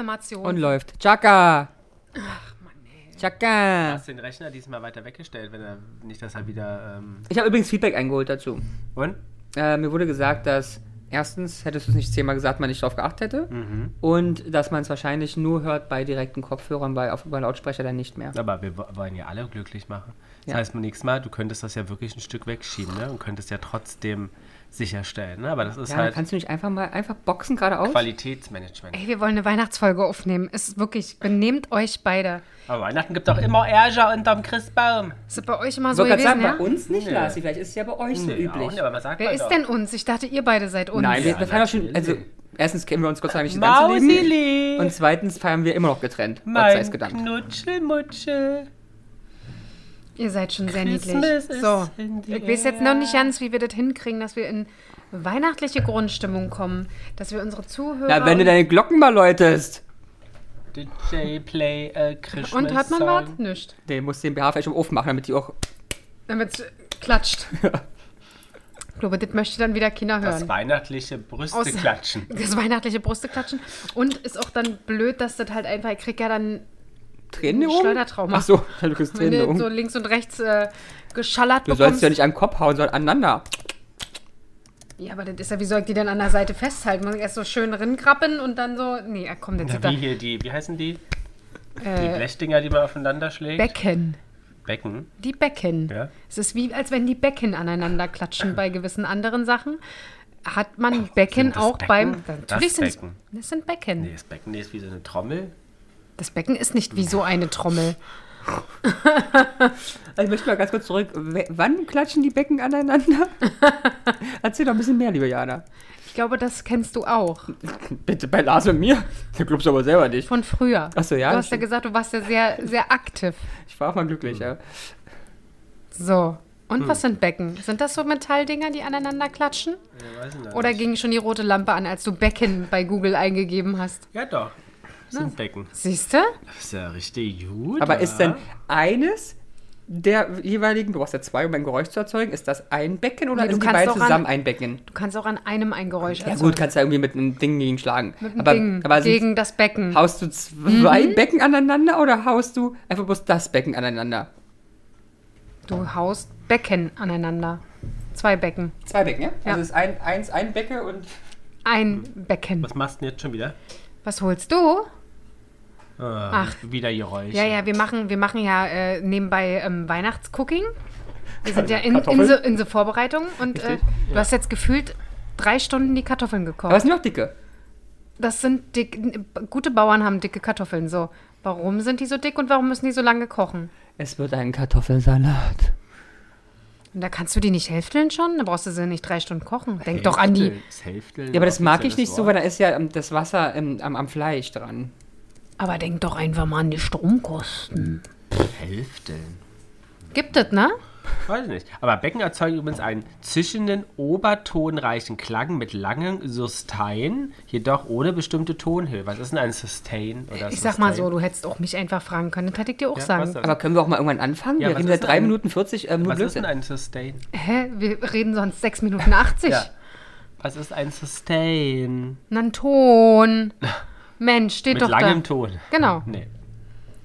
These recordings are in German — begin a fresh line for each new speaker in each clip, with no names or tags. Affirmation.
Und läuft. Chaka!
Du
Chaka!
hast den Rechner diesmal weiter weggestellt, wenn er nicht, dass er wieder. Ähm,
Ich habe übrigens Feedback eingeholt dazu.
und?
Äh, mir wurde gesagt, dass erstens, hättest du es nicht zehnmal gesagt, man nicht drauf geachtet hätte.
Mhm.
Und dass man es wahrscheinlich nur hört bei direkten Kopfhörern, bei, auf, über Lautsprecher dann nicht mehr.
Aber wir wo- wollen ja alle glücklich machen. Das
Ja.
heißt, beim nächsten Mal, du könntest das ja wirklich ein Stück wegschieben, ne? Und könntest ja trotzdem sicherstellen, ne? Aber das ist
Ja, dann
halt
kannst du nicht einfach mal einfach boxen geradeaus?
Qualitätsmanagement.
Ey, wir wollen eine Weihnachtsfolge aufnehmen. Ist wirklich, benehmt euch beide.
Aber Weihnachten gibt doch immer Ärger unterm Christbaum.
Ist das bei euch immer
Ich
so
wollte gerade
gewesen,
sagen,
ja?
bei uns nicht,
Nee.
Lasi. Vielleicht ist es ja bei euch so
Nee, auch
üblich.
nicht, aber was sagt
Wer
man
ist
doch?
denn uns? Ich dachte, ihr beide seid uns.
Nein, wir, wir
Ja,
feiern auch schon. Also,
natürlich.
erstens kennen wir uns Gott sei Dank nicht das ganze Leben.
Mausili!
Und zweitens feiern wir immer noch getrennt. Gott sei
mein
es gedankt.
Knutschelmutschel.
Ihr seid schon sehr
Christmas
niedlich.
is
So,
in the
ich weiß jetzt noch nicht ganz, wie wir das hinkriegen, dass wir in weihnachtliche Grundstimmung kommen, dass wir unsere Zuhörer
Na, wenn du deine Glocken mal läutest.
DJ play a Christmas
und hat man
song.
was? Nicht.
Nee, musst den BH vielleicht im Ofen machen, damit die auch.
Damit es klatscht. Ich glaube, das möchte dann wieder Kinder
Das
hören.
weihnachtliche Brüste
Aus-
klatschen.
Das weihnachtliche Brüste klatschen. Und ist auch dann blöd, dass das halt einfach, ich krieg ja dann
Tränen in den Augen?
Schleudertrauma.
Ach so, du kriegst
wenn
Tränen in
du
den
so
Augen.
links und rechts äh, geschallert
Du
bekommst.
sollst ja nicht an den Kopf hauen, sondern aneinander.
Ja, aber das ist ja, wie soll ich die denn an der Seite festhalten? Muss ich erst so schön rinkrabbeln und dann so. Nee, ah, komm, jetzt
Na,
ist
wie
da.
hier die, wie heißen die? Die
Äh,
Blechdinger, die man aufeinander schlägt?
Becken.
Becken.
Die Becken.
Ja.
Es ist wie, als wenn die Becken aneinander klatschen bei gewissen anderen Sachen. Hat man Becken
sind das
auch
Becken?
beim.
Das
Natürlich sind es-
Becken.
Das sind Becken.
Nee, das Becken nee, ist wie so eine Trommel.
Das Becken ist nicht wie so eine Trommel.
Also ich möchte mal ganz kurz zurück. W- Wann klatschen die Becken aneinander? Erzähl doch ein bisschen mehr, liebe Jana.
Ich glaube, das kennst du auch.
Bitte bei Lars und mir. Der glaubst du aber selber nicht.
Von früher.
Ach so, ja,
Du hast
das
ja
stimmt.
gesagt, du warst ja sehr, sehr aktiv.
Ich war auch mal glücklich,
Hm.
ja.
So.
Hm.
Und was sind Becken? Sind das so Metalldinger, die aneinander klatschen?
Ja, weiß ich nicht.
Oder ging schon die rote Lampe an, als du Becken bei Google eingegeben hast?
ja, doch. Das sind Becken.
Siehst du?
Das ist ja richtig gut.
Aber
wa?
ist denn eines der jeweiligen, du brauchst ja zwei, um ein Geräusch zu erzeugen, ist das ein Becken oder
Nee, du
sind die
kannst
beiden
doch ran-
zusammen ein Becken?
Du kannst auch an einem ein Geräusch
Ja
erzeugen.
gut, kannst ja irgendwie mit einem Ding gegen schlagen.
Mit einem
aber
Ding
aber sind,
gegen das Becken.
haust du zwei Becken aneinander oder haust du einfach bloß das Becken aneinander?
Du haust Becken aneinander. Zwei Becken.
Zwei Becken, ja?
Ja.
Also ist ein, eins ein Becken und
Ein Becken.
Was machst du denn jetzt schon wieder?
Was holst du?
Ach. Wieder Geräusche.
Ja, ja, wir machen, wir machen ja äh, nebenbei ähm, Weihnachtscooking. Wir sind ja in, in,
Kartoffeln.
so, in so Vorbereitung und äh,
Richtig,
du hast jetzt gefühlt drei Stunden die Kartoffeln gekocht.
aber es sind noch dicke.
Das sind dick, n- b- gute Bauern haben dicke Kartoffeln. So, warum sind die so dick und warum müssen die so lange kochen?
Es wird ein Kartoffelsalat.
Und da kannst du die nicht hälfteln schon? Da brauchst du sie nicht drei Stunden kochen. Denk doch an die.
Das Hälftel,
Ja, aber das mag ich
offizielles
nicht so, weil
Wort.
da ist ja ähm, das Wasser ähm, am, am Fleisch dran.
Aber denk doch einfach mal an die Stromkosten.
Hälfteln.
Gibt es, ne?
Weiß ich nicht. Aber Becken erzeugen übrigens einen zischenden, obertonreichen Klang mit langem Sustain, jedoch ohne bestimmte Tonhöhe. Was ist denn ein Sustain? Oder
Ich sag mal so,
Sustain?
du hättest auch mich einfach fragen können. Das hätte ich dir auch
Ja,
sagen.
was denn?
Aber können wir auch mal irgendwann anfangen?
Also Ja,
wir
was
reden
ist
seit 3
denn-
Minuten 40 ähm, nur
Was ist denn
Blödsinn.
ein Sustain?
Hä? Wir reden sonst sechs Minuten 80.
Ja. Was ist ein Sustain?
Na, ein Ton. Mensch, steht
Mit
doch
langem
da.
Ton.
Genau.
Nee.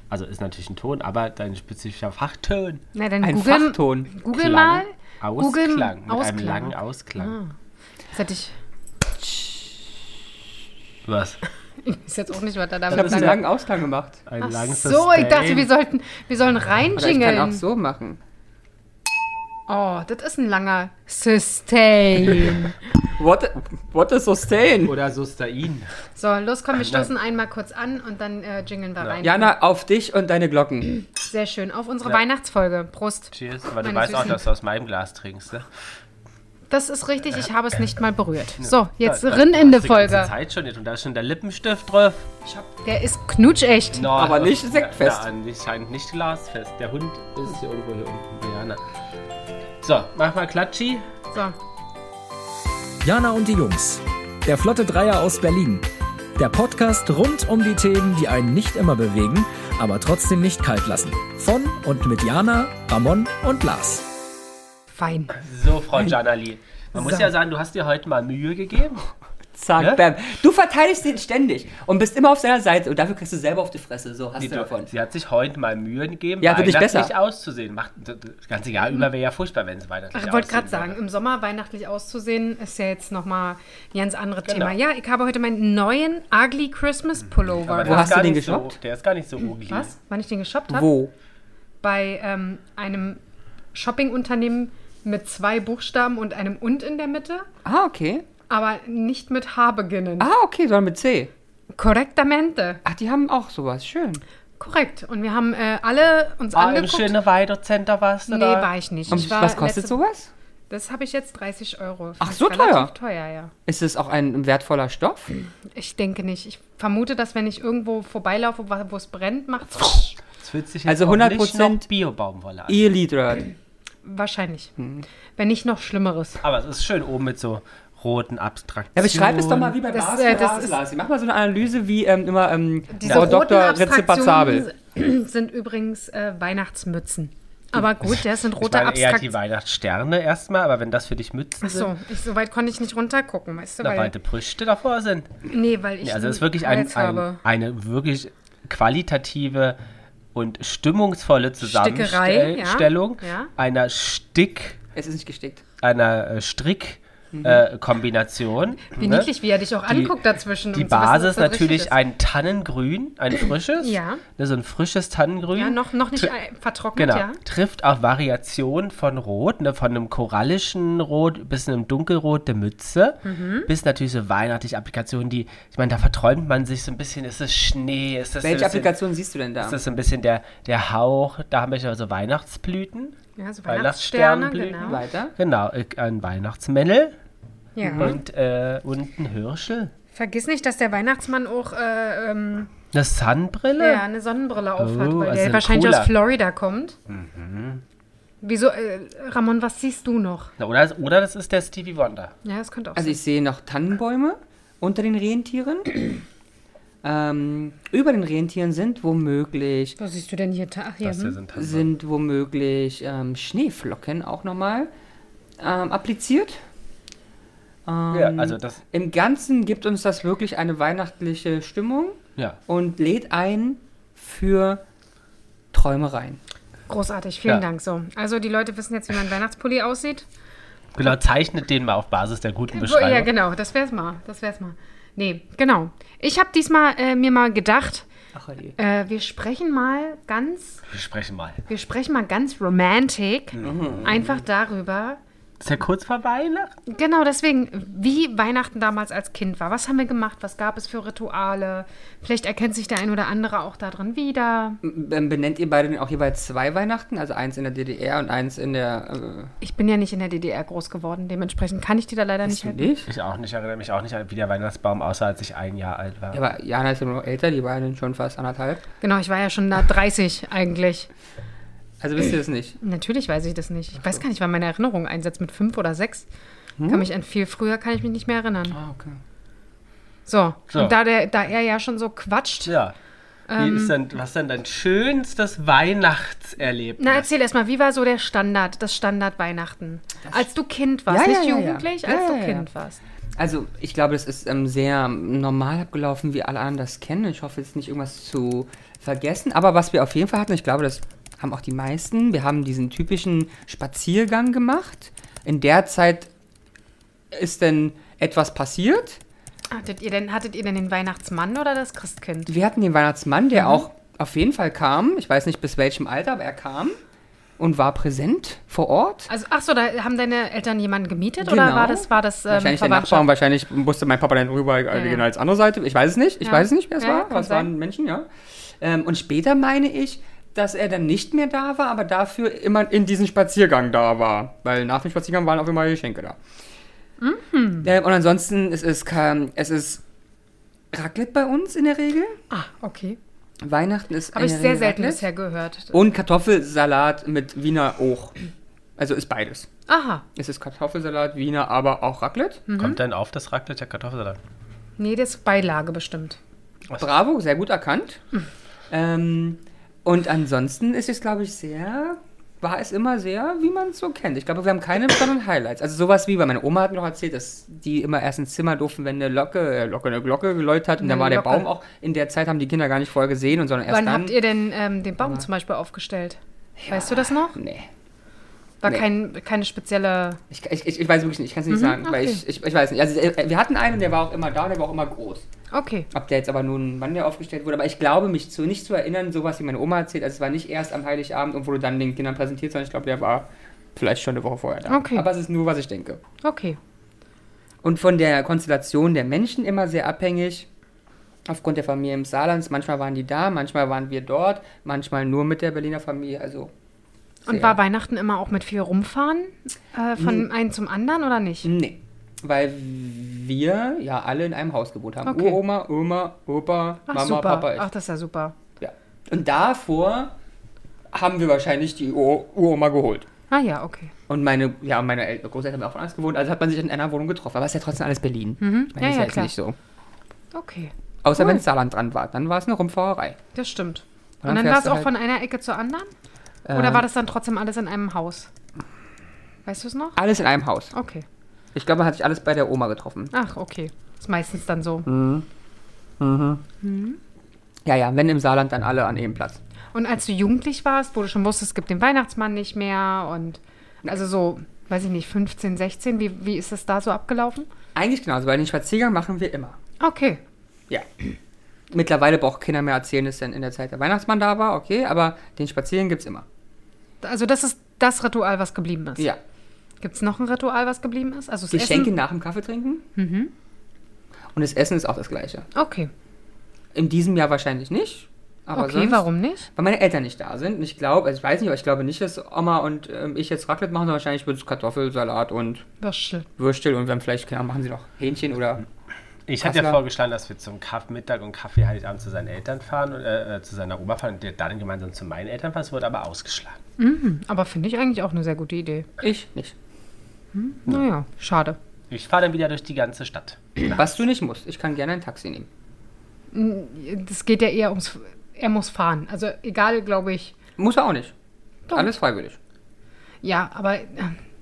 Also ist natürlich ein Ton, aber dein spezifischer Fachton.
Na, dann
Ein
google,
Fachton.
Google
Klang,
mal.
Ausklang.
Google
mit einem
Ausklang. Ah.
langen Ausklang.
Das hätte ich.
Was?
Ist jetzt auch nicht, was er
Ich
damit
habe einen
sagen
langen Ausklang gemacht.
Ein
Ach
langes
So, ich dachte, wir
Sustain.
sollten, wir sollen
Oder ich kann auch
reinjingeln.
so machen.
Oh, das ist ein langer Sustain.
What, what is sustain?
Oder Sustain.
so, los, komm, wir stoßen einmal kurz an und dann äh, jingeln wir rein.
Jana, auf dich und deine Glocken.
Sehr schön. Auf unsere
Ja.
Weihnachtsfolge. Prost.
Cheers. Aber du
Meine
weißt auch,
Süßen.
dass du aus meinem Glas trinkst, ne?
Das ist richtig, ich habe es nicht mal berührt. So, jetzt
Da- da-
rinn
da
in die
hast du die ganze
Folge.
Zeit schon nicht. Und da ist schon der Lippenstift drauf.
Der ist knutschecht.
No, also,
Aber nicht sektfest.
Na, anscheinend nicht glasfest. Der Hund ist hier irgendwo hier unten. bei Jana. So, mach mal Klatschi.
So.
Jana und die Jungs. Der Flotte Dreier aus Berlin. Der Podcast rund um die Themen, die einen nicht immer bewegen, aber trotzdem nicht kalt lassen. Von und mit Jana, Ramon und Lars.
Fein.
So, Frau Janali. Man
So.
muss ja sagen, du hast dir heute mal Mühe gegeben.
Zack,
Ne?
bam. Du verteidigst ihn ständig und bist immer auf seiner Seite und dafür kriegst du selber auf die Fresse. So hast
Sie,
du davon.
sie hat sich heute mal Mühe gegeben,
Ja, wird nicht besser.
weihnachtlich auszusehen. Macht, das ganze Jahr über wäre ja furchtbar, wenn es weihnachtlich
Hm. Ich wollte gerade
aussehen würde.
sagen, im Sommer weihnachtlich auszusehen ist ja jetzt nochmal ein ganz anderes
Genau. Mhm.
Thema. Ja, ich habe heute meinen neuen Ugly Christmas
Aber
Pullover.
der
hast
ist
du
gar
den
nicht So,
geshoppt?
der ist gar nicht so ugly.
Hm, Was? Wann ich den geshoppt habe?
Wo?
Bei ähm, einem Shoppingunternehmen mit zwei Buchstaben und einem Und in der Mitte,
Ah, okay.
aber nicht mit H beginnen.
Ah, okay, sondern mit C.
Korrektamente.
Ach, die haben auch sowas. Schön.
Korrekt. Und wir haben äh, alle uns
War Ah, im
angeguckt.
schönen Weihnachtscenter warst du
Nee,
da?
war ich nicht.
Und
Ich war
was kostet
letzte-
sowas?
Das habe ich jetzt 30 Euro.
Ach,
Ist
so
relativ
teuer?
teuer, ja.
Ist es auch ein wertvoller Stoff?
Ich denke nicht. Ich vermute, dass wenn ich irgendwo vorbeilaufe, wo wo es brennt, macht
Das fühlt sich
Also
jetzt auch nicht
100%
nach Bio-Baumwolle an.
E-Leadrad.
wahrscheinlich.
Hm.
Wenn nicht noch Schlimmeres.
Aber es ist schön oben mit so roten Abstraktionen.
Ja, beschreib es doch mal wie bei
Das,
Bas
äh,
äh,
das ist-
Lars. Ich mach mal so eine Analyse wie ähm, immer ähm,
Diese
Frau
roten
Dr. Ritze Bazabel.
Abstraktionen sind übrigens äh, Weihnachtsmützen. Aber gut, das sind
Ich
rote
meine eher die
Abstraktionen.
Weihnachtssterne erstmal, aber wenn das für dich Mützen sind,
Achso, ich, so weit konnte ich nicht runtergucken, weißt du?
da
Weil,
weite Brüste davor sind.
nee, weil ich.
Ja, also
einen
es ist wirklich ein,
Hals
ein,
habe.
eine wirklich qualitative und stimmungsvolle
Stickerei, ja.
Zusammenstellung
Ja.
einer Stick,
Es ist nicht gestickt.
einer äh, Strick. Äh, Kombination.
Mhm. Wie
ne?
niedlich, wie er dich auch anguckt dazwischen.
Die
um zu wissen,
Basis
dass das richtig
natürlich
ist.
ein Tannengrün, ein frisches.
Ja.
Ne, so ein frisches Tannengrün.
Ja, noch, noch nicht
Tri-
äh, vertrocknet,
Genau.
ja.
Trifft auf Variationen von Rot, ne, von einem korallischen Rot bis einem dunkelrot der Mütze,
Mhm.
bis natürlich so weihnachtliche Applikationen, die, ich meine, da verträumt man sich so ein bisschen, ist es Schnee, ist das so ein
Welche
bisschen,
Applikation siehst du denn da?
Ist das so ein bisschen der, der Hauch, da haben wir ja so Weihnachtsblüten.
Ja, so Weihnachtssterne,
Weihnachtssternblüten.
genau.
Weiter.
Genau, äh, ein Weihnachtsmännel
Ja.
Mhm.
und, äh, und ein Hirschel.
Vergiss nicht, dass der Weihnachtsmann auch äh, ähm,
Eine Sonnenbrille?
ja, eine Sonnenbrille aufhat,
Oh,
weil
also
der
ein
wahrscheinlich
cooler. Mhm.
aus Florida kommt. Wieso, äh, Ramon, was siehst du noch?
Na, Oder, oder das ist der Stevie Wonder.
Ja, das könnte auch
Also
sein.
ich sehe noch Tannenbäume unter den Rentieren. ähm, über den Rentieren sind womöglich
Was siehst du denn hier? Ta- Ach, hier
Das hier
hm?
sind Tannenbäume.
sind womöglich ähm, Schneeflocken auch nochmal ähm, appliziert.
ja, also das,
Im Ganzen gibt uns das wirklich eine weihnachtliche Stimmung
ja.
und lädt ein für Träumereien.
Großartig, vielen
Ja.
Dank. So, also die Leute wissen jetzt, wie mein Weihnachtspulli aussieht.
Genau, zeichnet den mal auf Basis der guten
Wo-
Beschreibung.
Ja, genau, das wär's mal. Das wär's mal. Nee, genau. Ich habe diesmal äh, mir mal gedacht,
Ach, ey.
äh, wir sprechen mal ganz,
Wir sprechen mal.
wir sprechen mal ganz romantic einfach darüber,
Ist ja kurz vor Weihnachten.
Genau, deswegen, wie Weihnachten damals als Kind war. Was haben wir gemacht? Was gab es für Rituale? Vielleicht erkennt sich der ein oder andere auch darin wieder.
Ähm, Benennt ihr beide denn auch jeweils zwei Weihnachten? Also eins in der DDR und eins in der...
Ich bin ja nicht in der DDR groß geworden, dementsprechend kann ich dir da leider
Äh,
nicht helfen.
nicht?
Ich auch nicht, erinnere mich auch nicht an, wie der Weihnachtsbaum aussah, als ich ein Jahr alt war.
Ja, aber Jana ist ja noch älter, die war dann schon fast anderthalb.
Genau, ich war ja schon da 30 eigentlich.
Also wisst ihr das nicht.
Natürlich weiß ich das nicht. Ich weiß gar nicht, wann meine Erinnerung einsetzt mit fünf oder sechs. Kann mich an viel früher kann ich mich nicht mehr erinnern.
Ah, okay.
So,
So.
und da, der, da er ja schon so quatscht.
Ja. Wie ist denn, was ist denn dein schönstes Weihnachtserlebnis?
Na, erzähl erst mal, wie war so der Standard, das Standard Weihnachten? Als du Kind warst,
Ja, ja,
nicht
ja, ja.
jugendlich,
Ja,
als
ja,
du
ja, ja.
Kind warst.
Also, ich glaube, das ist ähm, sehr normal abgelaufen, wie alle anderen das kennen. Ich hoffe jetzt nicht irgendwas zu vergessen. Aber was wir auf jeden Fall hatten, ich glaube, das haben auch die meisten. Wir haben diesen typischen Spaziergang gemacht. In der Zeit ist dann etwas passiert.
Hattet ihr denn, hattet ihr denn den Weihnachtsmann oder das Christkind?
Wir hatten den Weihnachtsmann, der auch auf jeden Fall kam. Ich weiß nicht bis welchem Alter, aber er kam und war präsent vor Ort.
Also, ach so, da haben deine Eltern jemanden gemietet oder
Genau.
war das, war das ähm,
Wahrscheinlich der Nachbar und wahrscheinlich musste mein Papa dann rüber, äh,
ja.
genau als andere Seite. Ich weiß es nicht. Ich
Ja.
weiß es nicht, wer es
Ja, ja,
war.
kann
Aber es waren
sein.
Menschen, ja. Ähm, und später meine ich, dass er dann nicht mehr da war, aber dafür immer in diesen Spaziergang da war. Weil nach dem Spaziergang waren auch immer Geschenke da.
Mhm.
Ähm, und ansonsten, es ist, kein- es ist Raclette bei uns in der Regel.
Ah, okay.
Weihnachten ist
Habe
in
ich
der
sehr
Regel
selten
Raclette.
bisher gehört.
Und Kartoffelsalat mit Wiener auch. Also ist beides.
Aha.
Es ist Kartoffelsalat, Wiener, aber auch Raclette.
Kommt dann auf das Raclette der Kartoffelsalat?
Nee, das ist Beilage bestimmt.
Bravo, sehr gut erkannt. Ähm, und ansonsten ist es, glaube ich, sehr war es immer sehr, wie man es so kennt. Ich glaube, wir haben keine besonderen Highlights. Also sowas wie, weil meine Oma hat mir noch erzählt, dass die immer erst ins Zimmer durften, wenn eine Glocke, äh, Glocke eine Glocke geläutet hat und dann
Eine
war der
Glocke.
Baum auch. In der Zeit haben die Kinder gar nicht vorher gesehen und sondern erst
Wann
dann.
habt ihr denn ähm, den Baum zum Beispiel aufgestellt? Weißt du das noch?
nee.
War
nee.
kein, keine spezielle.
Ich, ich, ich, ich weiß wirklich nicht, ich kann es nicht sagen, weil
Mhm, okay.
ich, ich, ich weiß nicht. Also äh, wir hatten einen, der war auch immer da, der war auch immer groß.
Okay.
Ob der jetzt aber nun, wann der aufgestellt wurde, aber ich glaube mich zu nicht zu erinnern, sowas wie meine Oma erzählt, also es war nicht erst am Heiligabend und wurde dann den Kindern präsentiert, sondern ich glaube, der war vielleicht schon eine Woche vorher da.
Okay.
Aber es ist nur, was ich denke.
Okay.
Und von der Konstellation der Menschen immer sehr abhängig. Aufgrund der Familie im Saarland, manchmal waren die da, manchmal waren wir dort, manchmal nur mit der Berliner Familie, also
Und
Sehr.
war Weihnachten immer auch mit viel rumfahren? Äh, von einem zum anderen oder nicht?
Nee. Weil wir ja alle in einem Haus gewohnt haben.
Okay.
Uroma, Oma, Opa,
Ach,
Mama,
super.
Papa, ich.
Ach, das ist ja super.
Ja. Und davor haben wir wahrscheinlich die Ur Uroma geholt.
Ah ja, okay.
Und meine, ja, meine El- Großeltern haben auch von uns gewohnt, also hat man sich in einer Wohnung getroffen. Aber es ist ja trotzdem alles Berlin. Ich meine,
Mhm. Ja,
das ist
ja,
jetzt
klar.
nicht so.
Okay.
Außer
Cool.
wenn Saarland dran war, dann war es eine Rumfahrerei.
Das stimmt.
dann
Und dann war
fährst
es
du
auch
halt-
von einer Ecke zur anderen? Oder
Ähm,
war das dann trotzdem alles in einem Haus? Weißt du es noch?
Alles in einem Haus.
Okay.
Ich glaube, man hat sich alles bei der Oma getroffen.
Ach, okay. Ist meistens dann so.
Mhm. Ja, ja, wenn im Saarland, dann alle an ihrem Platz.
Und als du jugendlich warst, wo du schon wusstest, es gibt den Weihnachtsmann nicht mehr und also so, weiß ich nicht, 15, 16, wie, wie ist das da so abgelaufen?
Eigentlich genauso, weil den Spaziergang machen wir immer.
Okay.
Ja. Mittlerweile braucht keiner mehr erzählen, dass dann in der Zeit der Weihnachtsmann da war, okay, aber den Spazieren gibt's immer.
Also das ist das Ritual, was geblieben ist.
Ja.
Gibt es noch ein Ritual, was geblieben ist? Also das
Geschenke
Essen?
nach dem Kaffee trinken. Mhm. Und das Essen ist auch das gleiche.
Okay.
In diesem Jahr wahrscheinlich nicht. Aber
okay,
sonst,
warum nicht?
Weil meine Eltern nicht da sind. Und ich glaube, also ich weiß nicht, aber ich glaube nicht, dass Oma und ähm, ich jetzt Raclette machen, sondern wahrscheinlich wird es Kartoffelsalat und
Würstel.
Würstel und dann vielleicht, keine Ahnung, machen sie noch Hähnchen oder.
Ich hatte ja
Kassler.
vorgeschlagen, dass wir zum Kaff Mittag und Kaffee Heiligabend zu seinen Eltern fahren, äh, äh, zu seiner Oma fahren und der dann gemeinsam zu meinen Eltern fahren. Es wurde aber ausgeschlagen.
Aber finde ich eigentlich auch eine sehr gute Idee.
Ich nicht.
Naja, schade.
Ich fahre dann wieder durch die ganze Stadt.
Was du nicht musst. Ich kann gerne ein Taxi nehmen.
Das geht ja eher ums. Er muss fahren. Also egal, glaube ich.
Muss er auch nicht.
Doch.
Alles freiwillig.
Ja, aber äh,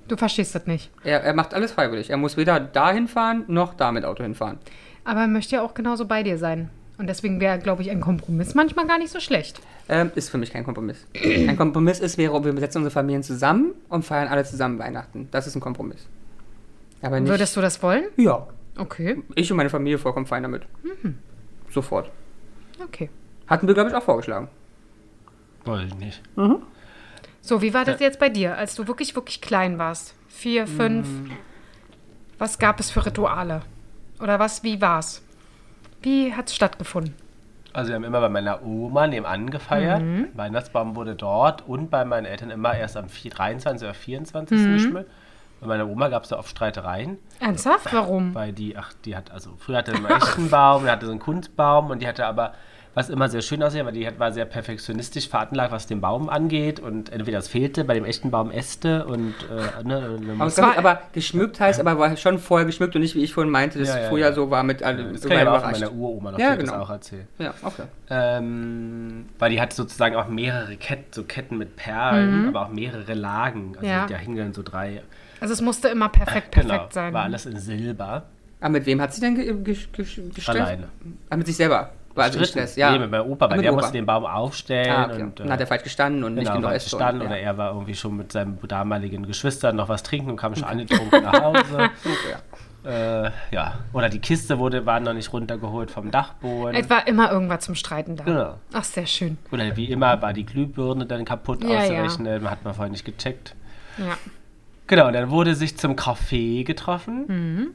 du verstehst das nicht.
Er, er macht alles freiwillig. Er muss weder dahin fahren noch da mit Auto hinfahren.
Aber er möchte ja auch genauso bei dir sein. Und deswegen wäre, glaube ich, ein Kompromiss manchmal gar nicht so schlecht.
Ähm, ist für mich kein Kompromiss. Ein Kompromiss ist, wäre, wir setzen unsere Familien zusammen und feiern alle zusammen Weihnachten. Das ist ein Kompromiss. Aber nicht.
Würdest du das wollen?
ja.
Okay,
Ich und meine Familie vollkommen fein damit.
Mhm.
Sofort.
okay.
Hatten wir, glaube ich, auch vorgeschlagen.
Wollte ich nicht.
So, wie war das jetzt bei dir, als du wirklich, wirklich klein warst?
Mm.
Vier, fünf? Was gab es für Rituale? Oder was, wie war's? Wie hat's stattgefunden?
Also wir haben immer bei meiner Oma nebenan gefeiert.
Mhm.
Weihnachtsbaum wurde dort und bei meinen Eltern immer erst am vier- 23. oder 24.
Mhm.
geschmückt. Bei meiner Oma gab es da oft Streitereien,
Ernsthaft? Warum?
weil die, ach, die hat, also früher hatte sie einen echten Baum, die hatte so einen Kunstbaum und die hatte aber, was immer sehr schön aussieht, weil die hat, war sehr perfektionistisch veranlagt, was den Baum angeht und entweder es fehlte bei dem echten Baum Äste und, äh, ne, ne,
Aber, es
war-
war, aber geschmückt heißt, aber war schon vorher geschmückt und nicht, wie ich vorhin meinte, dass
Ja, ja,
es früher
ja.
so war mit allem.
das
so
kann ich
war
aber auch von
überrascht.
meiner Uroma noch,
Ja,
die hat
genau.
das auch erzählt.
Ja, okay.
Ähm, weil die hat sozusagen auch mehrere Ketten, so Ketten mit Perlen, aber auch mehrere Lagen. Also
Mhm. Ja.
da hingen dann so drei.
Also es musste immer perfekt, perfekt
genau,
sein.
war alles in Silber.
Aber mit wem hat sie denn ge ge ge gestellt?
Alleine.
Ah, mit sich selber. War also im
Stritten.
Stress, ja.
Nee, mit meinem Opa, weil
Mit
der
Opa.
musste den Baum aufstellen.
Ah, okay.
und, äh,
dann hat er falsch gestanden und nicht
genau,
genug
war
Essen.
gestanden
und-
oder
ja.
er war irgendwie schon mit seinen damaligen Geschwistern noch was trinken und kam schon angetrunken nach Hause.
Okay.
äh, ja. Oder die Kiste wurde, war noch nicht runtergeholt vom Dachboden.
Es war immer irgendwas zum Streiten da.
Genau.
Ach, sehr schön.
Oder wie immer war die Glühbirne dann kaputt
Ja, ja.
ausgerechnet, hat man vorher nicht gecheckt.
Ja.
Genau, dann wurde sich zum Kaffee getroffen.
Mhm.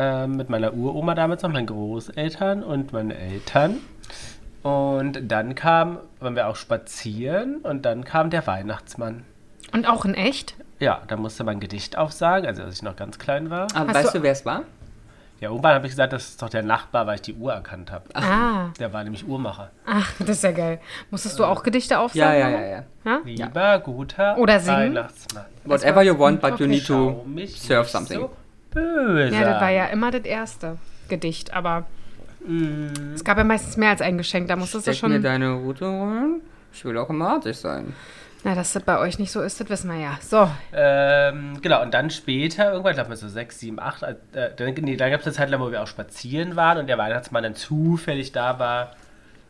Ähm, mit meiner Uroma damals noch, meinen Großeltern und meinen Eltern. Und dann kam, waren wir auch spazieren und dann kam der Weihnachtsmann.
Und auch in echt?
Ja, da musste man ein Gedicht aufsagen, also als ich noch ganz klein war.
Aber
Hast
Ah, weißt
du-
du, wer es war?
Ja, irgendwann habe ich gesagt, das ist doch der Nachbar, weil ich die Uhr erkannt habe.
Ah,
Der war nämlich Uhrmacher.
ach, das ist ja geil. Musstest du auch Gedichte
Ja,
aufsagen?
ja,
Mama?
ja, ja.
Ja?
Lieber, guter
Oder singen.
Weihnachtsmann.
Whatever you want, but
Okay.
you need
Schau
to
mich
serve
nicht
something.
So böse.
Ja, das war ja immer das erste Gedicht, aber es gab ja meistens mehr als ein Geschenk, da musstest du
Steck mir
schon.
deine Route rein. Ich will auch immer artig sein.
Na, dass das bei euch nicht so ist, das wissen wir ja. So,
Ähm, genau, und dann später, irgendwann, ich glaube so sechs, sieben, acht, äh, dann, nee, dann gab es eine Zeit lang, wo wir auch spazieren waren und der Weihnachtsmann dann zufällig da war,